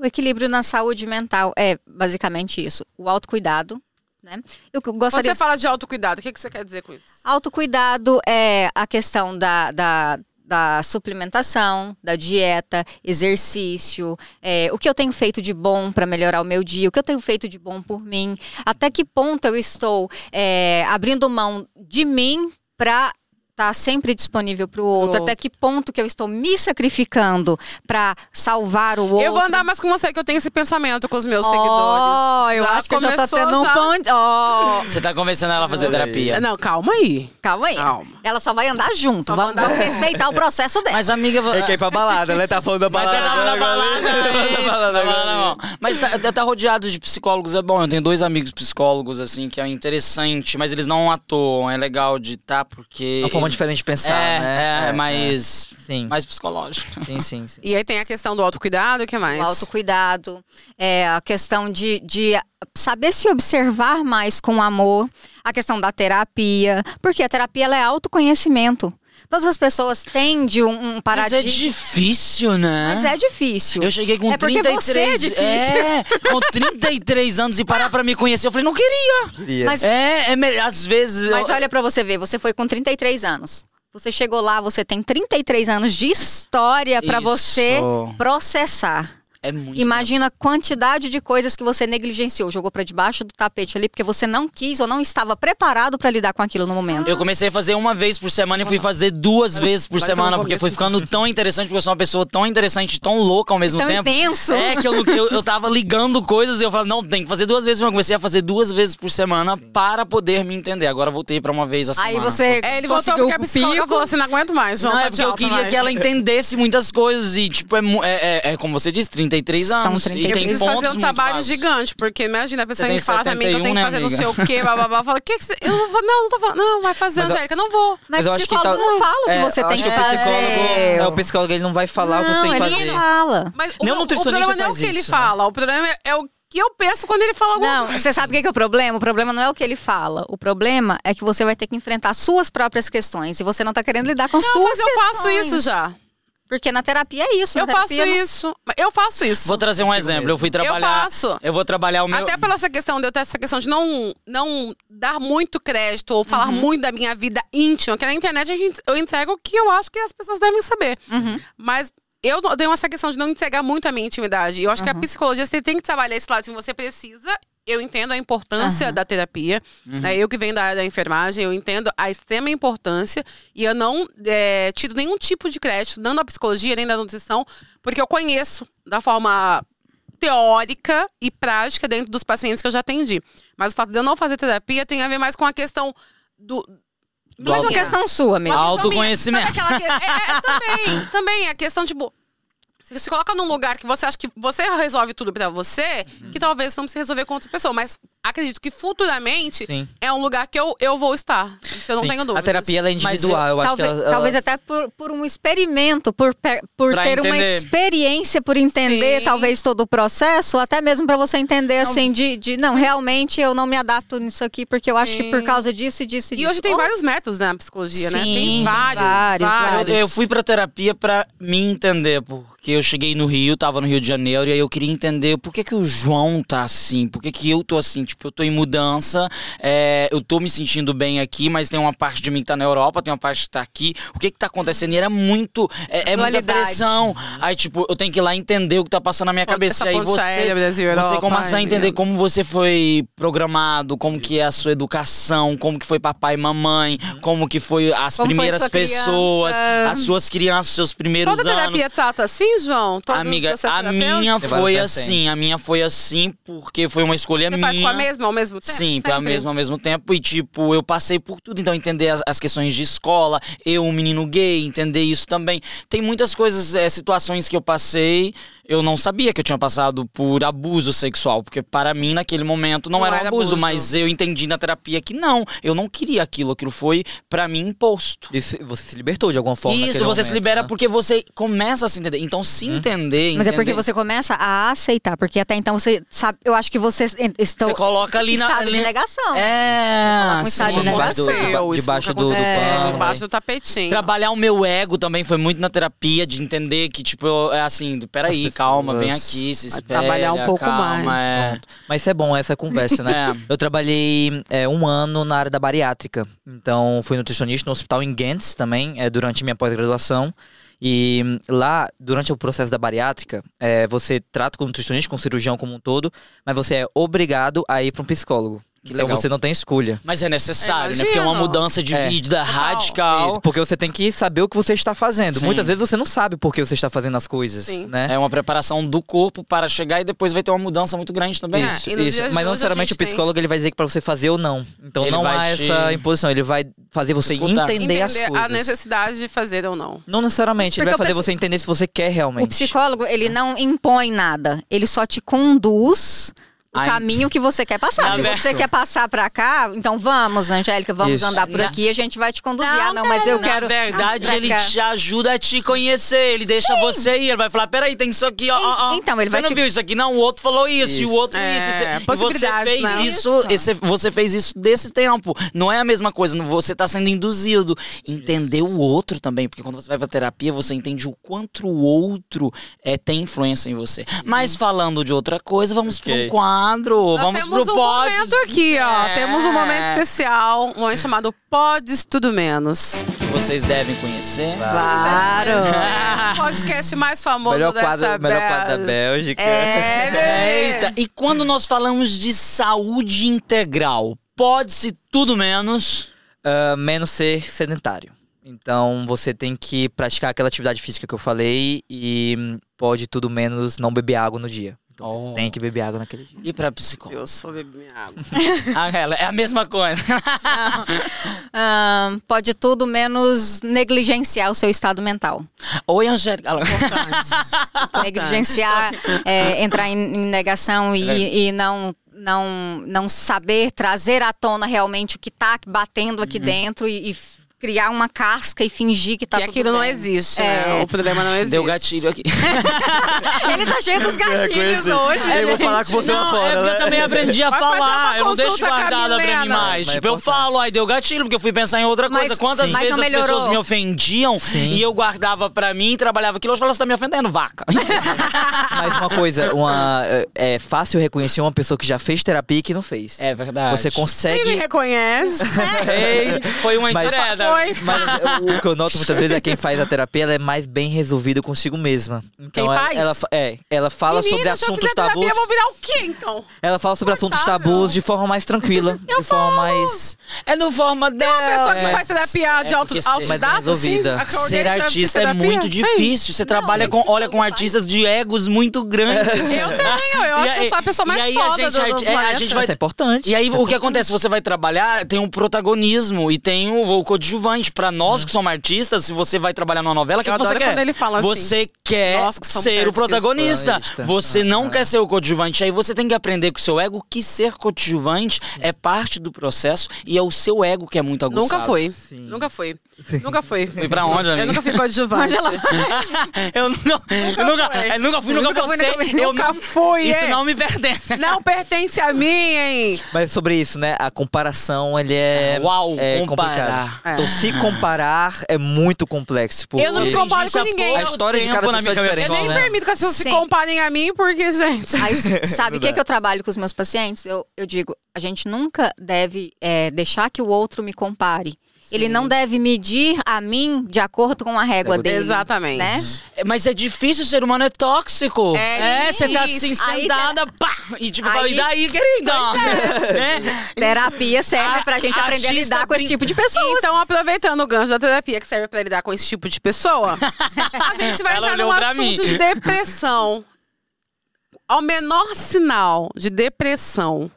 D: O equilíbrio na saúde mental é basicamente isso, o autocuidado, né? Eu
B: Quando
D: gostaria
B: você fala de autocuidado, o que, que você quer dizer com isso?
D: Autocuidado é a questão da, da, da suplementação, da dieta, exercício, é, o que eu tenho feito de bom para melhorar o meu dia, o que eu tenho feito de bom por mim, até que ponto eu estou é, abrindo mão de mim para estar sempre disponível para o outro,
B: outro.
D: até que ponto que eu estou me sacrificando para salvar o outro.
B: Eu vou andar mais com você que eu tenho esse pensamento com os meus
D: Oh,
B: seguidores.
D: eu
B: Já
D: acho que eu já tô
B: começou
D: tendo um
B: já.
D: ponto. Oh,
A: Você tá convencendo ela a fazer
C: Olha aí.
A: terapia.
B: Não, calma aí.
D: calma aí.
B: Calma.
D: Ela só vai andar junto.
B: Só
D: vamos,
B: vou andar
D: vamos
B: junto.
D: respeitar o processo dela.
A: Mas amiga... vo-
C: É que é ir pra balada, né? Tá falando da
A: Mas
C: balada.
A: você tava na
C: agora,
A: balada,
C: né?
A: aí,
C: Tá na balada
A: tava
C: agora.
A: na mão. Mas tá, tá rodeado de psicólogos, é bom. Eu tenho dois amigos psicólogos, assim, que é interessante, mas eles não atuam. É legal de tá, porque.
C: É uma forma
A: ele-
C: diferente de pensar,
A: é,
C: né?
A: É, mais.
C: Sim.
A: Mais psicológico.
C: Sim, sim, sim.
B: E aí tem a questão do autocuidado, o que mais?
D: O autocuidado, é, a questão de, de saber se observar mais com amor, a questão da terapia, porque a terapia ela é autoconhecimento. Todas as pessoas têm de um, um
A: Mas é
D: paradigma.
A: difícil, né?
D: Mas é difícil.
A: Eu cheguei com
D: É porque
A: 33
D: você é difícil.
A: é, com 33 anos e parar pra me conhecer. Eu falei, não queria.
C: Queria.
D: Mas,
A: É, é me- às vezes.
D: mas
A: eu-
D: olha pra você ver, você foi com 33 anos. Você chegou lá, você tem 33 anos de história pra
A: Isso.
D: você processar.
A: É muito.
D: Imagina a quantidade de coisas que você negligenciou, jogou pra debaixo do tapete ali porque você não quis ou não estava preparado pra lidar com aquilo no momento.
A: Eu comecei a fazer uma vez por semana e fui fazer duas vezes por
B: Vai que eu não
A: semana,
B: vou
A: porque
B: mesmo.
A: foi ficando tão interessante, porque eu sou uma pessoa tão interessante, tão louca ao mesmo
D: Tão
A: tempo.
D: intenso.
A: É, que eu, não- eu, eu tava ligando coisas e eu falava, não, tem que fazer duas vezes. Eu comecei a fazer duas vezes por semana para poder me entender. Agora eu voltei pra uma vez a semana.
D: Aí você
B: É, ele voltou
D: conseguiu
B: porque a
D: o
B: psicóloga
D: pico.
B: falou assim, não aguento mais, João.
A: Não,
B: tá
A: é
B: de
A: porque eu
B: alta,
A: queria
B: vai.
A: que ela entendesse muitas coisas e, tipo, é, mu- é, é- é como você disse, 33
D: São
A: anos. E
D: 33.
B: Eu
A: tem
B: preciso
A: pontos
B: fazer um
A: muito
B: trabalho
A: vagos.
B: gigante, porque imagina a pessoa
A: Você
B: que
A: tem
B: fala pra mim que eu tenho que
A: 71,
B: fazer
A: né,
B: não sei o
A: amiga?
B: quê, bababá. Fala, que que você... Eu não vou, não, não tô falando. Não, vai fazer,
C: Mas eu-
B: Angélica, não vou.
D: Mas,
C: eu
D: o
C: acho que
D: psicólogo
C: tá-
D: não fala o que
C: é,
D: você
C: eu
D: tem
C: acho
D: que,
C: o
D: fazer.
C: psicólogo, é, o psicólogo ele não vai falar o que você tem
D: não,
C: que
D: ele
C: fazer.
D: não fala.
B: Mas
C: Nem o
B: pro-
C: nutricionista
B: problema não é o
C: faz
B: que ele
C: isso, né?
B: fala, o problema é- é o que eu penso quando ele fala alguma
D: Não, você sabe o que que é o problema? O problema não é o que ele fala. O problema é que você vai ter que enfrentar suas próprias questões e você não tá querendo lidar com
B: Não,
D: suas
B: mas eu faço
D: questões.
B: isso já.
D: Porque na terapia é isso. na
B: Eu faço
D: terapia não-
B: isso. Eu faço isso.
A: Vou trazer um exemplo. Eu fui trabalhar.
B: faço.
A: Eu vou trabalhar é o meu.
B: Até pela essa questão de eu ter essa questão de não, não dar muito crédito ou
A: Uhum.
B: falar muito da minha vida íntima, que na internet a gente, eu entrego o que eu acho que as pessoas devem saber.
D: Uhum.
B: Mas é eu não- tenho essa questão de não entregar muito a minha intimidade. Eu acho que a psicologia você tem que trabalhar esse lado, assim, você precisa. Eu entendo a importância da terapia. né? Eu que venho da área da enfermagem, eu entendo a extrema importância. E eu não é, tiro nenhum tipo de crédito, não da psicologia, nem da nutrição, porque eu conheço da forma teórica e prática dentro dos pacientes que eu já atendi. Mas o fato de eu não fazer terapia tem a ver mais com a questão do.
A: Do
D: Mas é uma
A: auto-
D: questão sua mesmo.
A: Mas- Autoconhecimento.
B: Sabe aquela que- é, é, também, também. A questão, tipo. Você se coloca num lugar que você acha que você resolve tudo pra você,
A: Uhum.
B: que talvez não precise resolver com outra pessoa. Mas acredito que futuramente
C: Sim.
B: é um lugar que eu, eu vou estar. Isso eu não
C: Sim.
B: tenho dúvida.
C: A terapia ela é individual, eu, acho
D: talvez,
C: que ela- ela-
D: talvez até por, por um experimento, por, pe- por
A: Pra
D: ter uma
A: entender.
D: experiência, por entender
B: Sim.
D: talvez todo o processo, ou até mesmo para você entender assim de, de não realmente eu não me adapto nisso aqui porque eu acho que por causa disso e disso e,
B: E
D: disso.
B: hoje tem
D: Ou-
B: vários métodos na psicologia, né? Tem
D: Sim,
B: vários.
A: Eu,
D: vários, vários.
A: eu fui pra terapia pra me entender, porque eu cheguei no Rio, tava no Rio de Janeiro, e aí eu queria entender por que que o João tá assim, por que que eu tô assim, tipo, eu tô em mudança, é, eu tô me sentindo bem aqui, mas tem uma parte de mim que tá na Europa, tem uma parte que tá aqui, o que que tá acontecendo? E era muito, é, é muita
D: Dualidade.
A: pressão. Aí, tipo, eu tenho que ir lá entender o que tá passando na minha
B: é Essa
A: cabeça, e aí
B: ponte
A: você...
B: aérea, Brasil,
A: Você
B: Europa,
A: começa a
B: ai,
A: entender
B: meu.
A: como você foi programado, como que é a sua educação, como que foi papai e mamãe, como que foi as
D: Como foi
A: primeiras
D: sua
A: pessoas,
D: criança.
A: as suas crianças, seus primeiros
B: Toda
A: anos.
B: terapia trata assim, João? Todos é
A: Amiga,
B: os seus
A: a
B: terapeutas?
A: minha
C: Tem
A: foi
C: várias
A: assim,
C: vertentes.
A: a minha foi assim porque foi uma escolha
B: Você
A: minha.
B: faz com a mesma ao mesmo tempo?
A: Sim,
B: Sempre?
A: pela mesma ao mesmo tempo. E, tipo, eu passei por tudo. Então, entender as, as questões de escola, eu, um menino gay, entender isso também. Tem muitas coisas, é, situações que eu passei. Eu não sabia que eu tinha passado por abuso sexual. Porque, para mim, naquele momento, não,
B: Não
A: era, um
B: era
A: abuso,
B: abuso.
A: Mas eu entendi na terapia que não. Eu não queria aquilo. Aquilo foi, para mim, imposto.
C: E se- você se libertou de alguma forma.
A: Isso, você
C: naquele
A: se
C: momento,
A: libera
C: né?
A: porque você começa a se entender. Então, se entender,
D: Mas é porque
A: entender-
D: você começa a aceitar, porque até então você sabe, eu acho que você estou
A: Você coloca ali na.
D: então, estado de
A: ali-
D: negação. né?
A: É,
D: um
A: sim.
D: estágio de
C: Debaixo do-
B: Aconteceu isso,
C: Debaixo do, do
B: aconteceu.
C: pano, né?
B: né? Debaixo do tapetinho.
A: Trabalhar o meu ego também foi muito na terapia, de entender que, tipo, eu, é assim, do- peraí,
C: As
A: calma, vem
C: pessoas-
A: aqui, se espera.
B: Trabalhar um pouco
A: calma, É.
C: Mas isso é bom, essa conversa, né? Eu trabalhei é, um ano na área da bariátrica. Então, fui nutricionista no hospital em Ghent também, é, durante minha pós-graduação. E hum, lá, durante o processo da bariátrica, é, você trata com nutricionista, com cirurgião como um todo, mas você é obrigado a ir para um psicólogo.
A: Que
C: então
A: legal.
C: você não tem escolha.
A: Mas é necessário, né? Porque é uma
B: Imagino.
A: mudança de
C: É.
A: vida radical.
C: Isso, porque você tem que saber o que você está fazendo.
A: Sim.
C: Muitas vezes você não sabe por que você está fazendo as coisas,
B: Sim.
C: né?
A: É uma preparação do corpo para chegar e depois vai ter uma mudança muito grande também. né?
B: É. e nos dias de
C: Mas
B: hoje a
C: não necessariamente o
B: gente tem-
C: psicólogo ele vai dizer que para você fazer ou não. Então
A: Ele
C: não há
A: vai te-
C: essa imposição. Ele vai fazer você
A: Escutar.
C: entender,
B: entender,
C: as
B: a
C: coisas.
B: necessidade de fazer ou não.
C: Não necessariamente.
D: Porque
C: ele vai
D: o
C: fazer
D: psico-
C: você entender se você quer realmente.
D: O psicólogo, ele não impõe nada, ele só te conduz o
A: Ai.
D: caminho que você quer passar.
A: Na
D: Se
A: verdade.
D: você quer passar pra cá, então vamos, Angélica, vamos
C: Isso.
D: andar por
A: Na-
D: aqui, a gente vai te conduzir.
B: Não,
D: ah, não, mas eu quero.
A: Na verdade,
D: pra
A: ele
D: cá.
A: te ajuda a te conhecer. Ele deixa você ir. Ele vai falar: peraí, tem isso aqui, ó. ó, ó.
D: Então, ele
A: você
D: vai
A: não
D: te-
A: viu isso aqui? Não, o outro falou isso, e o
C: Isso.
A: outro
B: É,
A: isso. e você- E você
B: possibilidades,
A: fez
B: né?
A: isso,
D: Isso.
A: esse- você fez isso desse tempo. Não é a mesma coisa. não- Você tá sendo induzido. Entender o outro também, porque quando você vai pra terapia, você entende o quanto o outro é, tem influência em você. Mas falando de outra coisa, vamos
C: Ok.
A: pro quadro.
B: Nós
A: vamos
B: temos
A: pro
B: um
A: pod.
B: momento aqui, ó.
A: É.
B: Temos um momento especial, um momento chamado Podes Tudo Menos.
A: que vocês devem conhecer.
D: Claro.
B: O podcast mais famoso
C: Melhor
B: dessa
C: quadro, melhor quadro da
B: bela-
C: Bélgica.
B: É, bebê.
A: Eita, e quando nós falamos de saúde integral, pode-se tudo menos.
C: Ah, menos ser sedentário. Então você tem que praticar aquela atividade física que eu falei e hum, pode tudo menos não beber água no dia. Então
A: Oh.
C: você tem que beber água naquele dia.
A: E pra psicólogo?
B: Deus, vou beber minha água.
A: Ah, ela, é a mesma coisa.
D: Ahn, pode tudo menos negligenciar o seu estado mental.
A: Oi, Angélica. Ela-
D: Negligenciar, é, entrar em, em negação e, e não. Não, não saber trazer à tona realmente o que tá batendo aqui dentro e, e criar uma casca e fingir que tá
B: e
D: tudo
B: aquilo não
D: bem.
B: existe, né?
D: É.
B: O problema não existe.
A: Deu gatilho aqui.
D: Ele tá cheio dos
C: É,
D: gatilhos
C: coisa- é
D: hoje.
C: Eu vou falar com você
A: não,
C: lá
A: é
C: fora,
A: porque
C: né?
A: eu também aprendi a
B: Vai fazer uma
A: falar. Eu não deixo
B: consulta com a
A: guardada pra mim
B: Milena.
A: mais.
C: Mas é
A: Tipo, eu
C: importante.
A: falo, ai, deu gatilho, porque eu fui pensar em outra
D: Mas-
A: coisa. Quantas
D: sim.
A: vezes
D: Mas não
A: as pessoas
D: melhorou.
A: me ofendiam e eu guardava pra mim e trabalhava aquilo. Hoje eu falo, você tá me ofendendo, vaca.
C: Mas uma coisa, uma, é é fácil reconhecer uma pessoa que já fez terapia e que não fez.
A: é verdade.
C: Você
B: Quem me
C: consegue.
B: reconhece?
A: Ei, foi uma
C: Mas-
A: entrega.
B: Foi.
C: Mas eu- o que eu noto muitas vezes é quem faz a terapia, ela é mais bem resolvida consigo mesma. Então,
B: Quem
C: ela,
B: faz?
C: Ela, fa- é, ela fala
B: Menina,
C: sobre
B: se eu
C: assuntos
B: fizer terapia,
C: tabus.
B: eu vou virar o quê, então?
C: Ela fala sobre assuntos
B: Coitável.
C: tabus de forma mais tranquila. de forma mais.
A: É no forma dela.
B: Uma pessoa que
A: é.
B: faz terapia de
A: é
B: auto,
A: porque ser-
C: mas
B: autodidata,
C: resolvida.
B: assim, a Carol
A: Ser
B: Dance já
A: artista
B: fez
A: é
B: terapia?
A: muito
B: Ei,
A: difícil. Você trabalha com, olha, com artistas de egos muito grandes.
B: Eu
A: E
B: tenho, eu acho que eu
A: aí-
B: sou a pessoa mais
A: e aí a
B: foda
A: gente-
B: do, do
A: a- é, a
B: planeta.
A: gente vai-
C: Mas é importante.
A: E aí, o que acontece? Você vai trabalhar, tem um protagonismo e tem o o coadjuvante. Pra nós que somos artistas, se você vai trabalhar numa novela, o que,
B: Eu
A: que você
B: adoro
A: quer?
B: quando ele fala assim,
A: você quer
B: "Nós que somos
A: ser o
B: artistas."
A: protagonista.
C: Protagonista.
A: Você não
C: Ah.
A: quer ser o coadjuvante. Aí você tem que aprender com o seu ego que ser coadjuvante é parte do processo e é o seu ego que é muito aguçado.
B: Nunca fui.
C: Sim.
B: Nunca fui. Nunca fui.
A: Fui pra onde, amiga?
B: Eu nunca fui coadjuvante.
A: eu nunca, eu nunca,
B: fui.
A: eu nunca fui, nunca,
B: Nunca
A: vou
B: fui,
A: ser,
B: nunca fui.
A: eu
B: Nunca
A: não-
B: fui,
A: Isso
B: é.
A: não me pertence.
B: Não pertence a mim, hein?
C: Mas sobre isso, né? A comparação, ele é.
A: Uau,
C: é
A: comparar.
C: complicado. Então, se comparar é muito complexo. Porque...
B: Eu não comparo
A: Isso há
B: com ninguém.
A: pouco
C: A história de cada
A: tempo um na
C: pessoa
A: minha
C: é
A: cabeça.
B: Eu
C: diferente,
B: nem
C: né?
B: permito que as pessoas se
D: Sim.
B: comparem a mim, porque, gente...
D: Mas sabe o que,
C: Verdade.
D: que eu trabalho com os meus pacientes? Eu, eu digo, a gente nunca deve é, deixar que o outro me compare. Ele não deve medir a mim de acordo com a régua
C: Régua
D: dele.
B: Exatamente.
D: Né?
A: É, Mas é difícil, o ser humano é tóxico.
B: É
A: É, você tá assim
D: difícil. Aí
A: sentada,
B: tá-
A: pá! E tipo, fala,
D: Aí-
A: e daí, querida? Né?
D: Terapia serve
A: A-
D: pra gente aprender a
A: artista
D: lidar com esse
A: brin-
D: tipo de pessoas.
B: Então, aproveitando o gancho da terapia que serve pra lidar com esse tipo de pessoa, a gente vai
A: Ela
B: entrar num
A: olhou pra
B: assunto
A: mim.
B: de depressão. Ao menor sinal de depressão,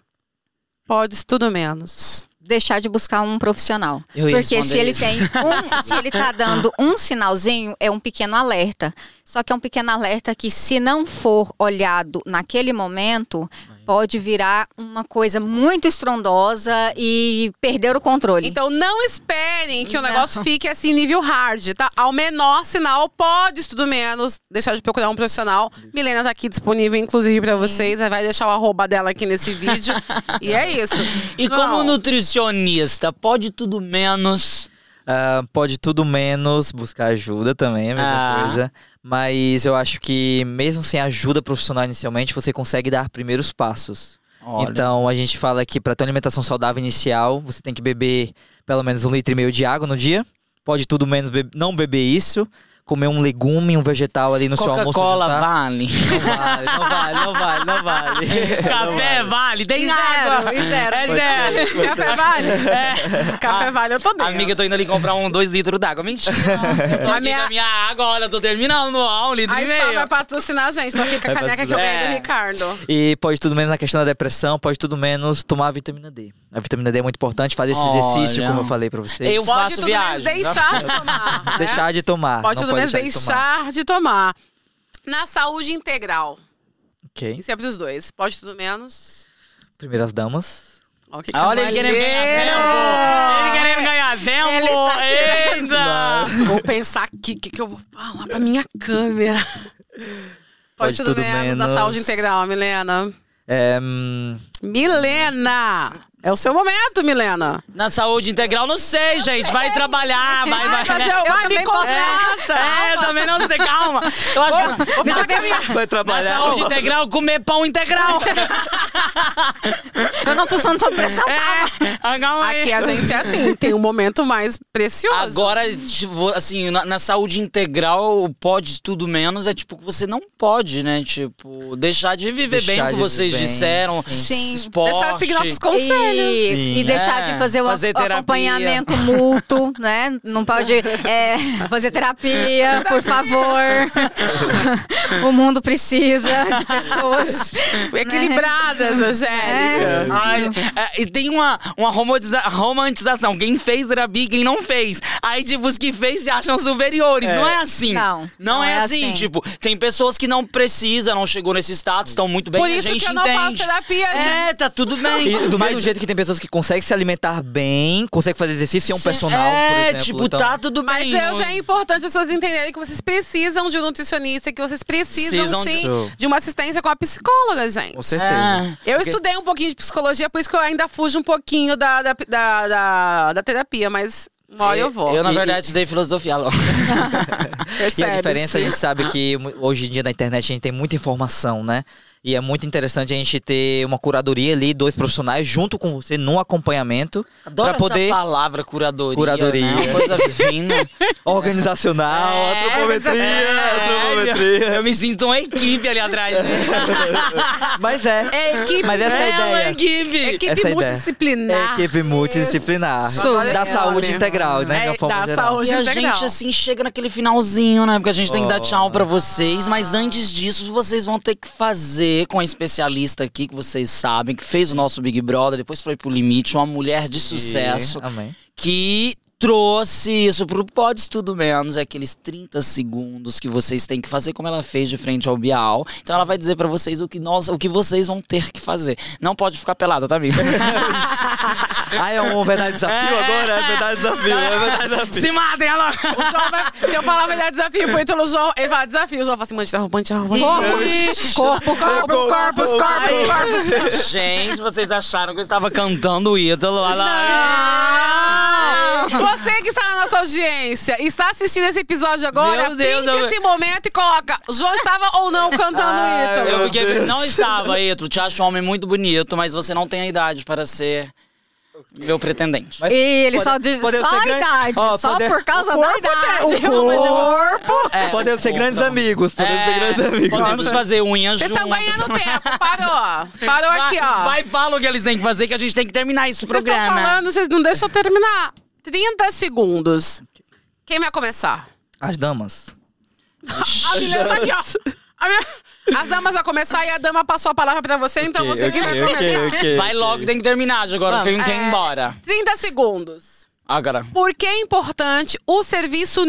B: pode tudo menos.
D: deixar de buscar um profissional.
A: Eu ia
D: Porque se
A: responder
D: ele
A: isso.
D: tem um, se ele tá dando um sinalzinho, é um pequeno alerta. Só que é um pequeno alerta que se não for olhado naquele momento, pode virar uma coisa muito estrondosa e perder o controle.
B: Então não esperem que o
D: Não.
B: negócio fique assim, nível hard, tá? Ao menor sinal, pode tudo menos deixar de procurar um profissional. Milena tá aqui disponível, inclusive, pra vocês. Vai deixar o arroba dela aqui nesse vídeo. e é isso.
A: E como nutricionista, pode tudo menos.
C: Ah, pode tudo menos buscar ajuda também, é a mesma
A: Ah.
C: coisa. Mas eu acho que mesmo sem ajuda profissional inicialmente, você consegue dar primeiros passos.
A: Olha.
C: Então a gente fala que para ter uma alimentação saudável inicial, você tem que beber pelo menos um litro e meio de água no dia. Pode tudo menos be- não beber isso. Comer um legume, um vegetal ali no seu almoço. ou
A: Coca-Cola
C: jantar.
A: vale.
C: Não vale, não vale, não vale, É, não vale.
A: Café vale, tem água.
D: e zero.
A: É zero.
B: Café Vale? É. Café Vale, eu tô dentro.
A: Amiga, eu tô indo ali comprar um dois litros d'água. Mentira. Eu tô
B: A
A: aqui
B: minha-
A: com a minha água, olha, eu tô terminando, ó, um litro
B: A
A: e
B: Spa
A: meio.
B: vai patrocinar a gente. Tô aqui com a
C: Vai
B: caneca que eu
A: patrocinar.
B: ganhei do
A: É.
B: Ricardo.
C: E pode tudo menos na questão da depressão, pode tudo menos tomar a vitamina D. A vitamina D é muito importante, fazer esse exercício,
A: Olha.
C: como eu falei pra vocês.
A: Eu
B: Pode
A: faço
B: tudo menos
A: viagem.
B: deixar de tomar. né?
C: Deixar de tomar.
B: Pode
C: não
B: tudo menos
C: deixar de tomar.
B: deixar de tomar. Na saúde integral.
C: Ok.
B: Isso é pros dois. Pode tudo menos.
C: Primeiras damas.
B: Ok,
A: Ah, Olha, ele querendo ganhar tempo. Ele tá querendo ganhar tempo. Eita.
B: Tá Vou pensar aqui o que, que eu vou falar pra minha câmera. Pode, tudo, menos, na saúde integral, Milena.
C: É, hum,
B: Milena! É o seu momento, Milena.
A: Na saúde integral, não sei, gente. Vai trabalhar, vai, vai. né?
B: Mas eu, vai me contar.
A: É, também não sei, calma. Eu acho que
B: Vou falar com a minha-
C: vai
A: na
C: trabalhar.
A: saúde integral, comer pão integral.
D: Então não funciona sob pressão.
A: É, calma aí.
B: Aqui a gente é assim, tem um momento mais precioso.
A: Agora, tipo, assim, na, na saúde integral, o pode tudo menos é tipo que você não pode, né? Tipo, deixar de viver bem,
C: Deixar
A: que
C: de
A: vocês
C: viver bem,
A: disseram.
D: sim. Sim.
A: Esporte.
B: deixar de seguir nossos conselhos.
D: Isso,
C: Sim.
D: E, deixar
A: É,
D: de fazer o
A: fazer
D: ac-
A: terapia.
D: acompanhamento mútuo, né? Não pode é, fazer terapia, por favor. o mundo precisa de pessoas.
B: né? Equilibradas, a evangélica.
A: Ai, é, e tem uma, uma romantiza- romantização. Quem fez terapia e quem não fez. Aí, tipo, os que fez se acham superiores. Não é assim.
D: Não,
A: Não,
D: não
A: é,
D: é
A: assim.
D: assim.
A: Tipo, tem pessoas que não precisam, não chegou nesse status, estão muito bem.
B: Por
A: e a
B: isso
A: gente
B: que eu não faço
A: entende.
B: terapia,
A: É, tá tudo bem.
C: E do
A: Mas
C: mesmo jeito que tem pessoas que conseguem se alimentar bem, conseguem fazer exercício e é um personal,
A: é,
C: por exemplo.
A: tipo,
C: então,
A: tá tudo
B: Mas
A: bem.
B: eu já é importante as pessoas entenderem que vocês precisam de um nutricionista, que vocês precisam
A: Precisam
B: sim
C: disso.
B: de uma assistência com a psicóloga, gente.
C: Com
A: É.
C: certeza.
B: Eu
C: Porque-
B: estudei um pouquinho de psicologia, por isso que eu ainda fujo um pouquinho da, da, da, da- da terapia, mas uma hora eu vou.
A: É, Eu, na
C: E-
A: verdade, estudei filosofia, Alô.
C: E
B: Percebe?
C: a diferença, a gente sabe que mu- hoje em dia na internet a gente tem muita informação, né? E é muito interessante a gente ter uma curadoria ali, dois profissionais junto com você num acompanhamento
A: Adoro
C: pra poder
A: essa palavra, curadoria.
C: Curadoria.
A: né? Uma coisa fina.
C: organizacional,
A: É,
C: antropometria, antropometria.
A: Eu me sinto uma equipe ali atrás. Né?
C: Mas é,
A: É equipe.
C: Mas essa é a
A: né?
C: ideia.
A: Uma equipe.
C: essa é
B: Equipe
C: a ideia. é
B: multidisciplinar.
C: equipe multidisciplinar,
B: Isso.
C: da
B: Olha,
C: saúde
B: olha.
C: integral, né? de uma
B: É,
C: forma
B: da
C: geral.
B: saúde
A: E a
B: integral.
A: gente, assim, chega naquele finalzinho, né? Porque a gente tem que dar
C: Oh.
A: tchau pra vocês. Mas antes disso, vocês vão ter que fazer com a especialista aqui, que vocês sabem, que fez o nosso Big Brother, depois foi pro limite, uma mulher de sucesso.
C: E- Amém.
A: que trouxe isso pro Pods Tudo Menos, é aqueles 30 segundos que vocês têm que fazer como ela fez de frente ao Bial. Então ela vai dizer pra vocês o que nós, o que vocês vão ter que fazer. Não pode ficar pelada, tá amigo?
C: Ah, é um verdade desafio agora? É verdade desafio, é verdade desafio.
A: Se matem ela.
B: O João vai- se eu falar melhor desafio pro Ítalo, o João, ele fala desafio. O João fala assim, mãe, derruba, derruba.
D: Corpo, corpo, corpo, corpo, corpo.
A: Gente, vocês acharam que eu estava cantando o ídolo lá
B: Ah! Você que está na nossa audiência e está assistindo esse episódio agora,
A: Meu Deus,
B: print
A: eu-
B: esse momento e coloca João estava ou não cantando
C: Ah,
B: Ítalo.
A: Eu
C: Meu
A: fiquei-
C: Deus.
A: não estava, Ítalo. Te acho um homem muito bonito, mas você não tem a idade para ser meu pretendente.
C: Mas
D: E ele só
C: pode-
D: diz
C: pode eu
D: só
C: ser
D: a
C: grande-
D: idade,
C: Ó,
D: só
C: pode- é
D: por causa da idade.
B: deve,
D: Não, mas eu-
A: É,
C: Podemos ser
A: bom,
C: grandes
A: tá bom.
C: amigos, podemos ser grandes
A: É,
C: amigos.
A: podemos fazer unhas
B: Vocês
A: juntas.
B: estão ganhando tempo, parou. Parou
A: Vai-
B: aqui, ó.
A: Vai, fala o que eles têm que fazer, que a gente tem que terminar esse
B: Vocês estão
A: programa.
B: falando, vocês não deixam eu terminar. 30 segundos. Quem vai começar?
C: As damas.
B: A Juliana tá aqui, ó. A minha- As damas vão começar e a dama passou a palavra pra você, então você que vai começar.
A: Vai logo, tem que terminar de agora, porque a gente tem que ir
B: É.
A: embora.
B: 30 segundos.
A: Agora.
B: Por que é importante o serviço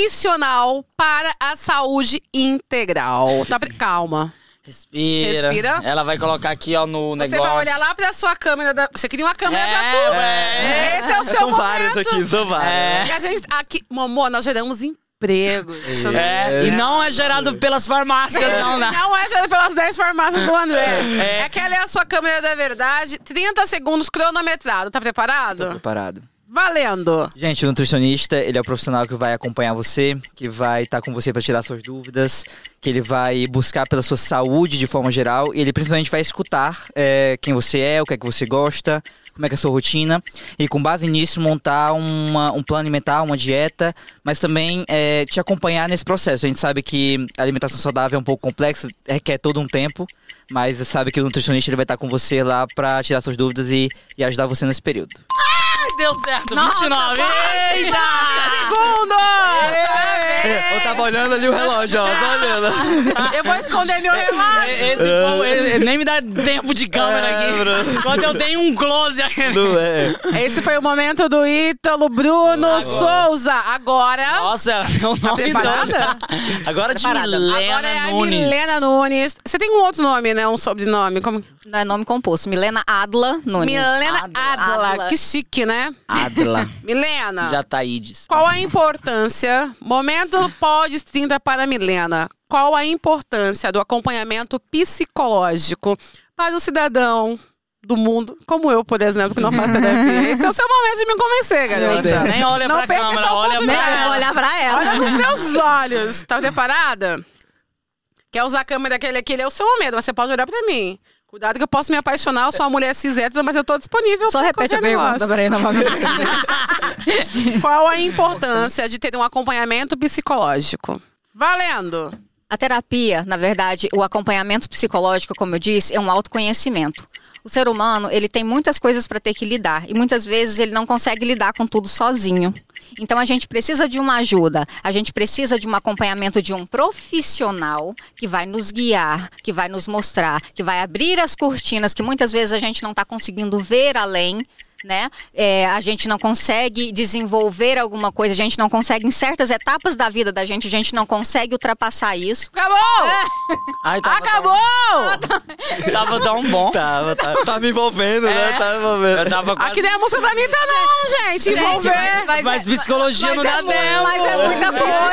B: nutricional para a saúde integral? Tá, pre- calma.
A: Respira.
B: Respira.
A: Ela vai colocar aqui, ó, no
B: Você
A: negócio.
B: vai olhar lá pra sua câmera. da- Você queria uma câmera
A: É,
B: pra tudo.
A: é.
B: Esse é o seu
C: São
B: momento. É.
C: várias aqui, são várias.
B: E a gente, aqui, Momô, nós geramos empregos. Isso não-
A: É, E não é gerado pelas farmácias, não, né?
B: Não é gerado pelas 10 farmácias do André. Aquela é a sua câmera da verdade. 30 segundos cronometrado. Tá preparado?
C: Preparado.
B: Valendo.
C: Gente, o nutricionista, ele é o profissional que vai acompanhar você, que vai estar com você para tirar suas dúvidas, que ele vai buscar pela sua saúde de forma geral, e ele principalmente vai escutar é, quem você é, o que é que você gosta, como é que é a sua rotina, e com base nisso montar uma- um plano alimentar, uma dieta, mas também é, te acompanhar nesse processo. A gente sabe que a alimentação saudável é um pouco complexa, requer todo um tempo, mas sabe que o nutricionista ele vai estar com você lá para tirar suas dúvidas e- e ajudar você nesse período.
A: Ai, deu certo,
D: Nossa,
A: 29.
D: quase.
A: Eita!
B: Segundo!
C: Eu tava olhando ali o relógio, ó. Tô olhando.
B: Eu vou esconder meu relógio.
A: Esse povo, ele- nem me dá tempo de câmera aqui. Quando eu tenho um close aqui.
C: Não é.
B: Esse foi o momento do Ítalo Bruno Souza. Agora.
A: Nossa, ela deu o nome
B: preparada?
A: todo. Agora de
D: Preparada.
A: Milena
B: Agora é a
A: Nunes.
B: Milena Nunes. Você tem um outro nome, né? Um sobrenome. Como...
D: Não é nome composto. Milena Adla Nunes.
B: Milena
A: Adla.
B: Adla.
D: Adla.
B: Que chique, né?
A: Adla.
B: Milena,
A: Já tá aí, diz.
B: qual a importância? Momento pode 30 para a Milena. Qual a importância do acompanhamento psicológico para o cidadão do mundo, como eu, por exemplo, que não faço terapia? Esse é o seu momento de me convencer, garota.
A: Nem olha
B: Não
A: pra
B: perca
A: câmera,
B: essa
A: olha pra
D: Né?
B: oportunidade.
A: ela.
D: Olhar pra
B: Olha
D: ela.
B: nos meus olhos. Tá preparada? Quer usar a câmera daquele aquele é o seu momento, mas você pode olhar pra mim. Cuidado que eu posso me apaixonar, eu sou uma mulher cis hétero, mas eu tô disponível
D: Só
B: pra
D: repete a
B: qualquer
D: pergunta
B: negócio.
D: pra ele novamente.
B: Qual a importância de ter um acompanhamento psicológico? Valendo!
D: A terapia, na verdade, o acompanhamento psicológico, como eu disse, é um autoconhecimento. O ser humano, ele tem muitas coisas para ter que lidar e muitas vezes ele não consegue lidar com tudo sozinho. Então a gente precisa de uma ajuda, a gente precisa de um acompanhamento de um profissional que vai nos guiar, que vai nos mostrar, que vai abrir as cortinas que muitas vezes a gente não está conseguindo ver além. Né? É, a gente não consegue desenvolver alguma coisa, a gente não consegue, em certas etapas da vida da gente, a gente não consegue ultrapassar isso.
B: Acabou!
A: Ai, tava,
B: Acabou!
A: Tava, tava tão bom.
C: Tá, tá, tá me envolvendo, né? Tá me
A: Eu
C: envolvendo.
A: tava quase...
B: Aqui não é a música da Anitta, não, gente. Envolver.
A: Ah, mas, psicologia não dá
D: é, mu-
A: tempo.
D: mas é muita coisa.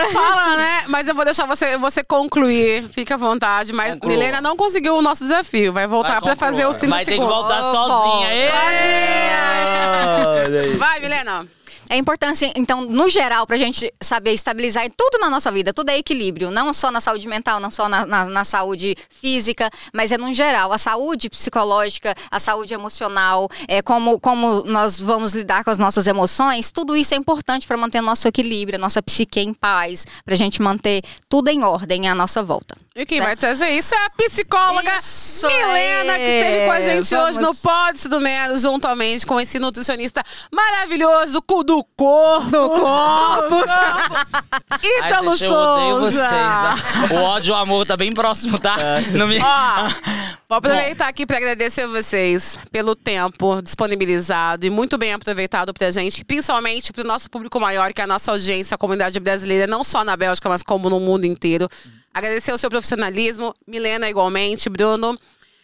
B: Pois, fala, né? Mas eu vou deixar você, você concluir. Fica à vontade. Mas
A: Conclua.
B: Milena não conseguiu o nosso desafio. Vai voltar
A: Vai
B: pra
A: concluir.
B: fazer os 30
A: Vai ter que
B: segundos.
A: voltar
D: Ô,
A: sozinha.
D: Paulo.
A: Ê!
C: Olha aí.
B: Vai, Milena.
D: É importante, então, no geral, pra gente saber estabilizar em tudo na nossa vida, tudo é equilíbrio, não só na saúde mental, não só na, na- na saúde física, mas é no geral, a saúde psicológica, a saúde emocional, é como, como nós vamos lidar com as nossas emoções, tudo isso é importante pra manter nosso equilíbrio, a nossa psique em paz, pra gente manter tudo em ordem à nossa volta.
B: E quem vai trazer isso é a psicóloga
D: Isso
B: Milena, que
D: é.
B: esteve com a gente
D: Vamos.
B: hoje no Pode do Menos, juntamente com esse nutricionista maravilhoso do cu do corpo. Do corpo.
A: Ai,
B: Ítalo
A: gente, eu odeio vocês.
B: Souza.
A: Né? O ódio e o amor tá bem próximo, tá?
C: É.
A: Não me...
B: Ó, vou aproveitar aqui para agradecer vocês pelo tempo disponibilizado e muito bem aproveitado pra gente, principalmente pro nosso público maior, que é a nossa audiência, a comunidade brasileira, não só na Bélgica, mas como no mundo inteiro. Agradecer o seu profissionalismo, Milena igualmente, Bruno.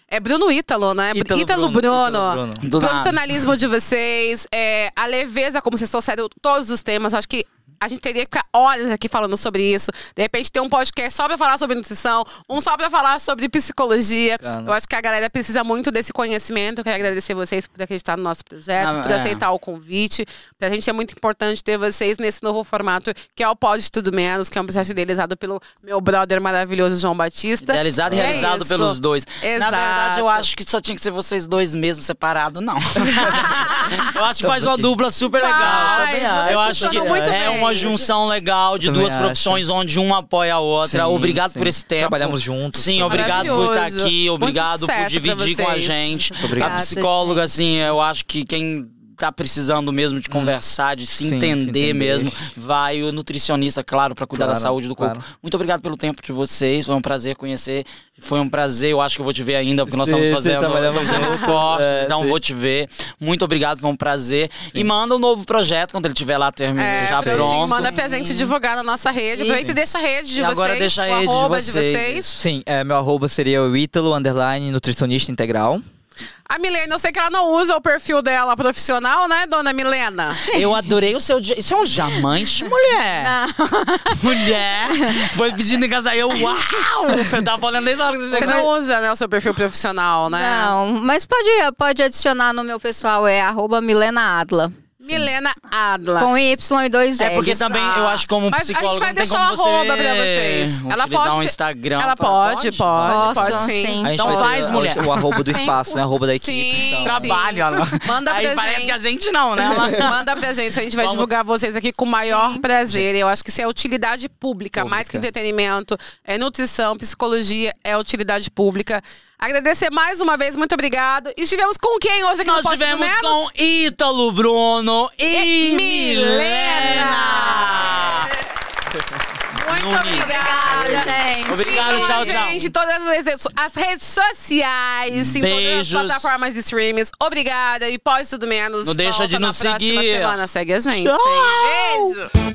B: É Bruno Ítalo, né?
C: Ítalo
B: Ítalo
C: Bruno,
B: Bruno.
C: Ítalo Bruno.
A: Do nada.
B: Profissionalismo de vocês, é, a leveza como vocês trouxeram todos os temas. Acho que a gente teria que ficar horas aqui falando sobre isso. De repente, ter um podcast só pra falar sobre nutrição, um só pra falar sobre psicologia.
C: Bacana.
B: Eu acho que a galera precisa muito desse conhecimento. Eu quero agradecer vocês por acreditar no nosso projeto,
A: Ah,
B: por
A: é.
B: aceitar o convite. Pra gente é muito importante ter vocês nesse novo formato, que é o Pod Tudo Menos, que é um projeto idealizado pelo meu brother maravilhoso, João Batista.
A: Idealizado e
B: É
A: realizado
B: isso.
A: pelos dois. Na
B: Exato.
A: verdade, eu acho que só tinha que ser vocês dois mesmo, separado, não. eu acho que faz uma dupla super legal.
B: Faz,
A: Eu
B: vocês
A: eu acho que
B: funcionam muito
A: é
B: bem.
A: uma junção legal de
C: Também
A: duas
C: acho.
A: profissões onde uma apoia a outra.
C: Sim,
A: obrigado
C: sim.
A: por esse tempo.
C: Trabalhamos juntos tá.
A: Sim,
C: também.
A: obrigado por estar
B: Maravilhoso.
A: aqui,
B: Muito
A: obrigado por
B: sucesso
A: dividir
B: pra
A: com a
B: vocês.
A: gente.
C: obrigado.
A: a psicóloga, assim, eu acho que quem tá precisando mesmo de conversar, de se
C: Hum. Sim, se
A: entender,
C: entender.
A: mesmo, vai o nutricionista, claro, para cuidar da
C: Claro,
A: saúde do corpo.
C: claro.
A: Muito obrigado pelo tempo de vocês, foi um prazer conhecer, foi um prazer, eu acho que eu vou te ver ainda, porque nós
C: Sim,
A: estamos
C: sim,
A: fazendo,
C: trabalhamos
A: estamos fazendo
C: juntos.
A: esportes,
C: É,
A: então
C: sim.
A: vou te ver. Muito obrigado, foi um prazer. E manda um novo projeto quando ele tiver lá terminado,
B: É,
A: já
B: Frotinho,
A: pronto.
B: manda pra gente divulgar na nossa rede. Aproveita e deixa a rede de
A: E agora
B: vocês.
A: deixa a
B: o
A: rede de
B: arroba
A: vocês.
C: Sim, é, meu arroba seria o Ítalo, underline, nutricionista integral.
B: A Milena, eu sei que ela não usa o perfil dela profissional, né, dona Milena?
A: Eu adorei o seu. dia- Isso é um diamante, mulher! Mulher! Foi pedindo em casa, eu, uau! Eu tava olhando desde a hora que você
B: Você
A: chegou.
B: não usa, né, o seu perfil profissional, né?
D: Não, mas pode, pode adicionar no meu pessoal, é arroba Milena Adla,
B: Milena Adla.
D: com Y e dois
A: É porque
D: L's.
A: também eu acho que como
B: tá. Mas a gente
A: psicóloga
B: vai
A: não tem
B: deixar
A: como
B: o
A: você
B: arroba pra vocês. Ela
A: utilizar
B: pode
A: um
B: ter-
A: Instagram.
B: Ela
A: pra-
B: pode, pode, pode,
D: Posso,
B: sim.
D: sim.
C: A gente
A: Então
C: vai
A: faz,
C: ter,
A: mulher.
C: O arroba do espaço, né? Arroba da equipe.
B: Sim.
C: então.
B: Tra-
A: Trabalho, ela.
B: Manda pra
A: Aí
B: gente.
A: parece que a gente não, né? Ela-
B: Manda pra gente, a gente vai
A: Vamos.
B: divulgar vocês aqui com o maior prazer. Eu acho que isso é utilidade pública, mais que entretenimento, é nutrição, psicologia, é utilidade pública. Agradecer mais uma vez, muito obrigado. E estivemos com quem hoje aqui no
A: Nós
B: Pode
A: tivemos
B: Menos?
A: com Ítalo Bruno e,
B: E
A: Milena.
B: Milena. Muito
A: Nunes.
B: obrigada.
D: gente.
A: Obrigado,
B: Sigam
A: tchau, tchau.
B: a gente, em todas as redes, as redes sociais, em todas as
A: Beijos.
B: plataformas de streams. Obrigada e pós tudo menos.
A: Não deixa
B: volta
A: de
B: na
A: nos
B: próxima
A: seguir.
B: semana. Segue a gente.
A: Tchau.
B: hein? Beijo.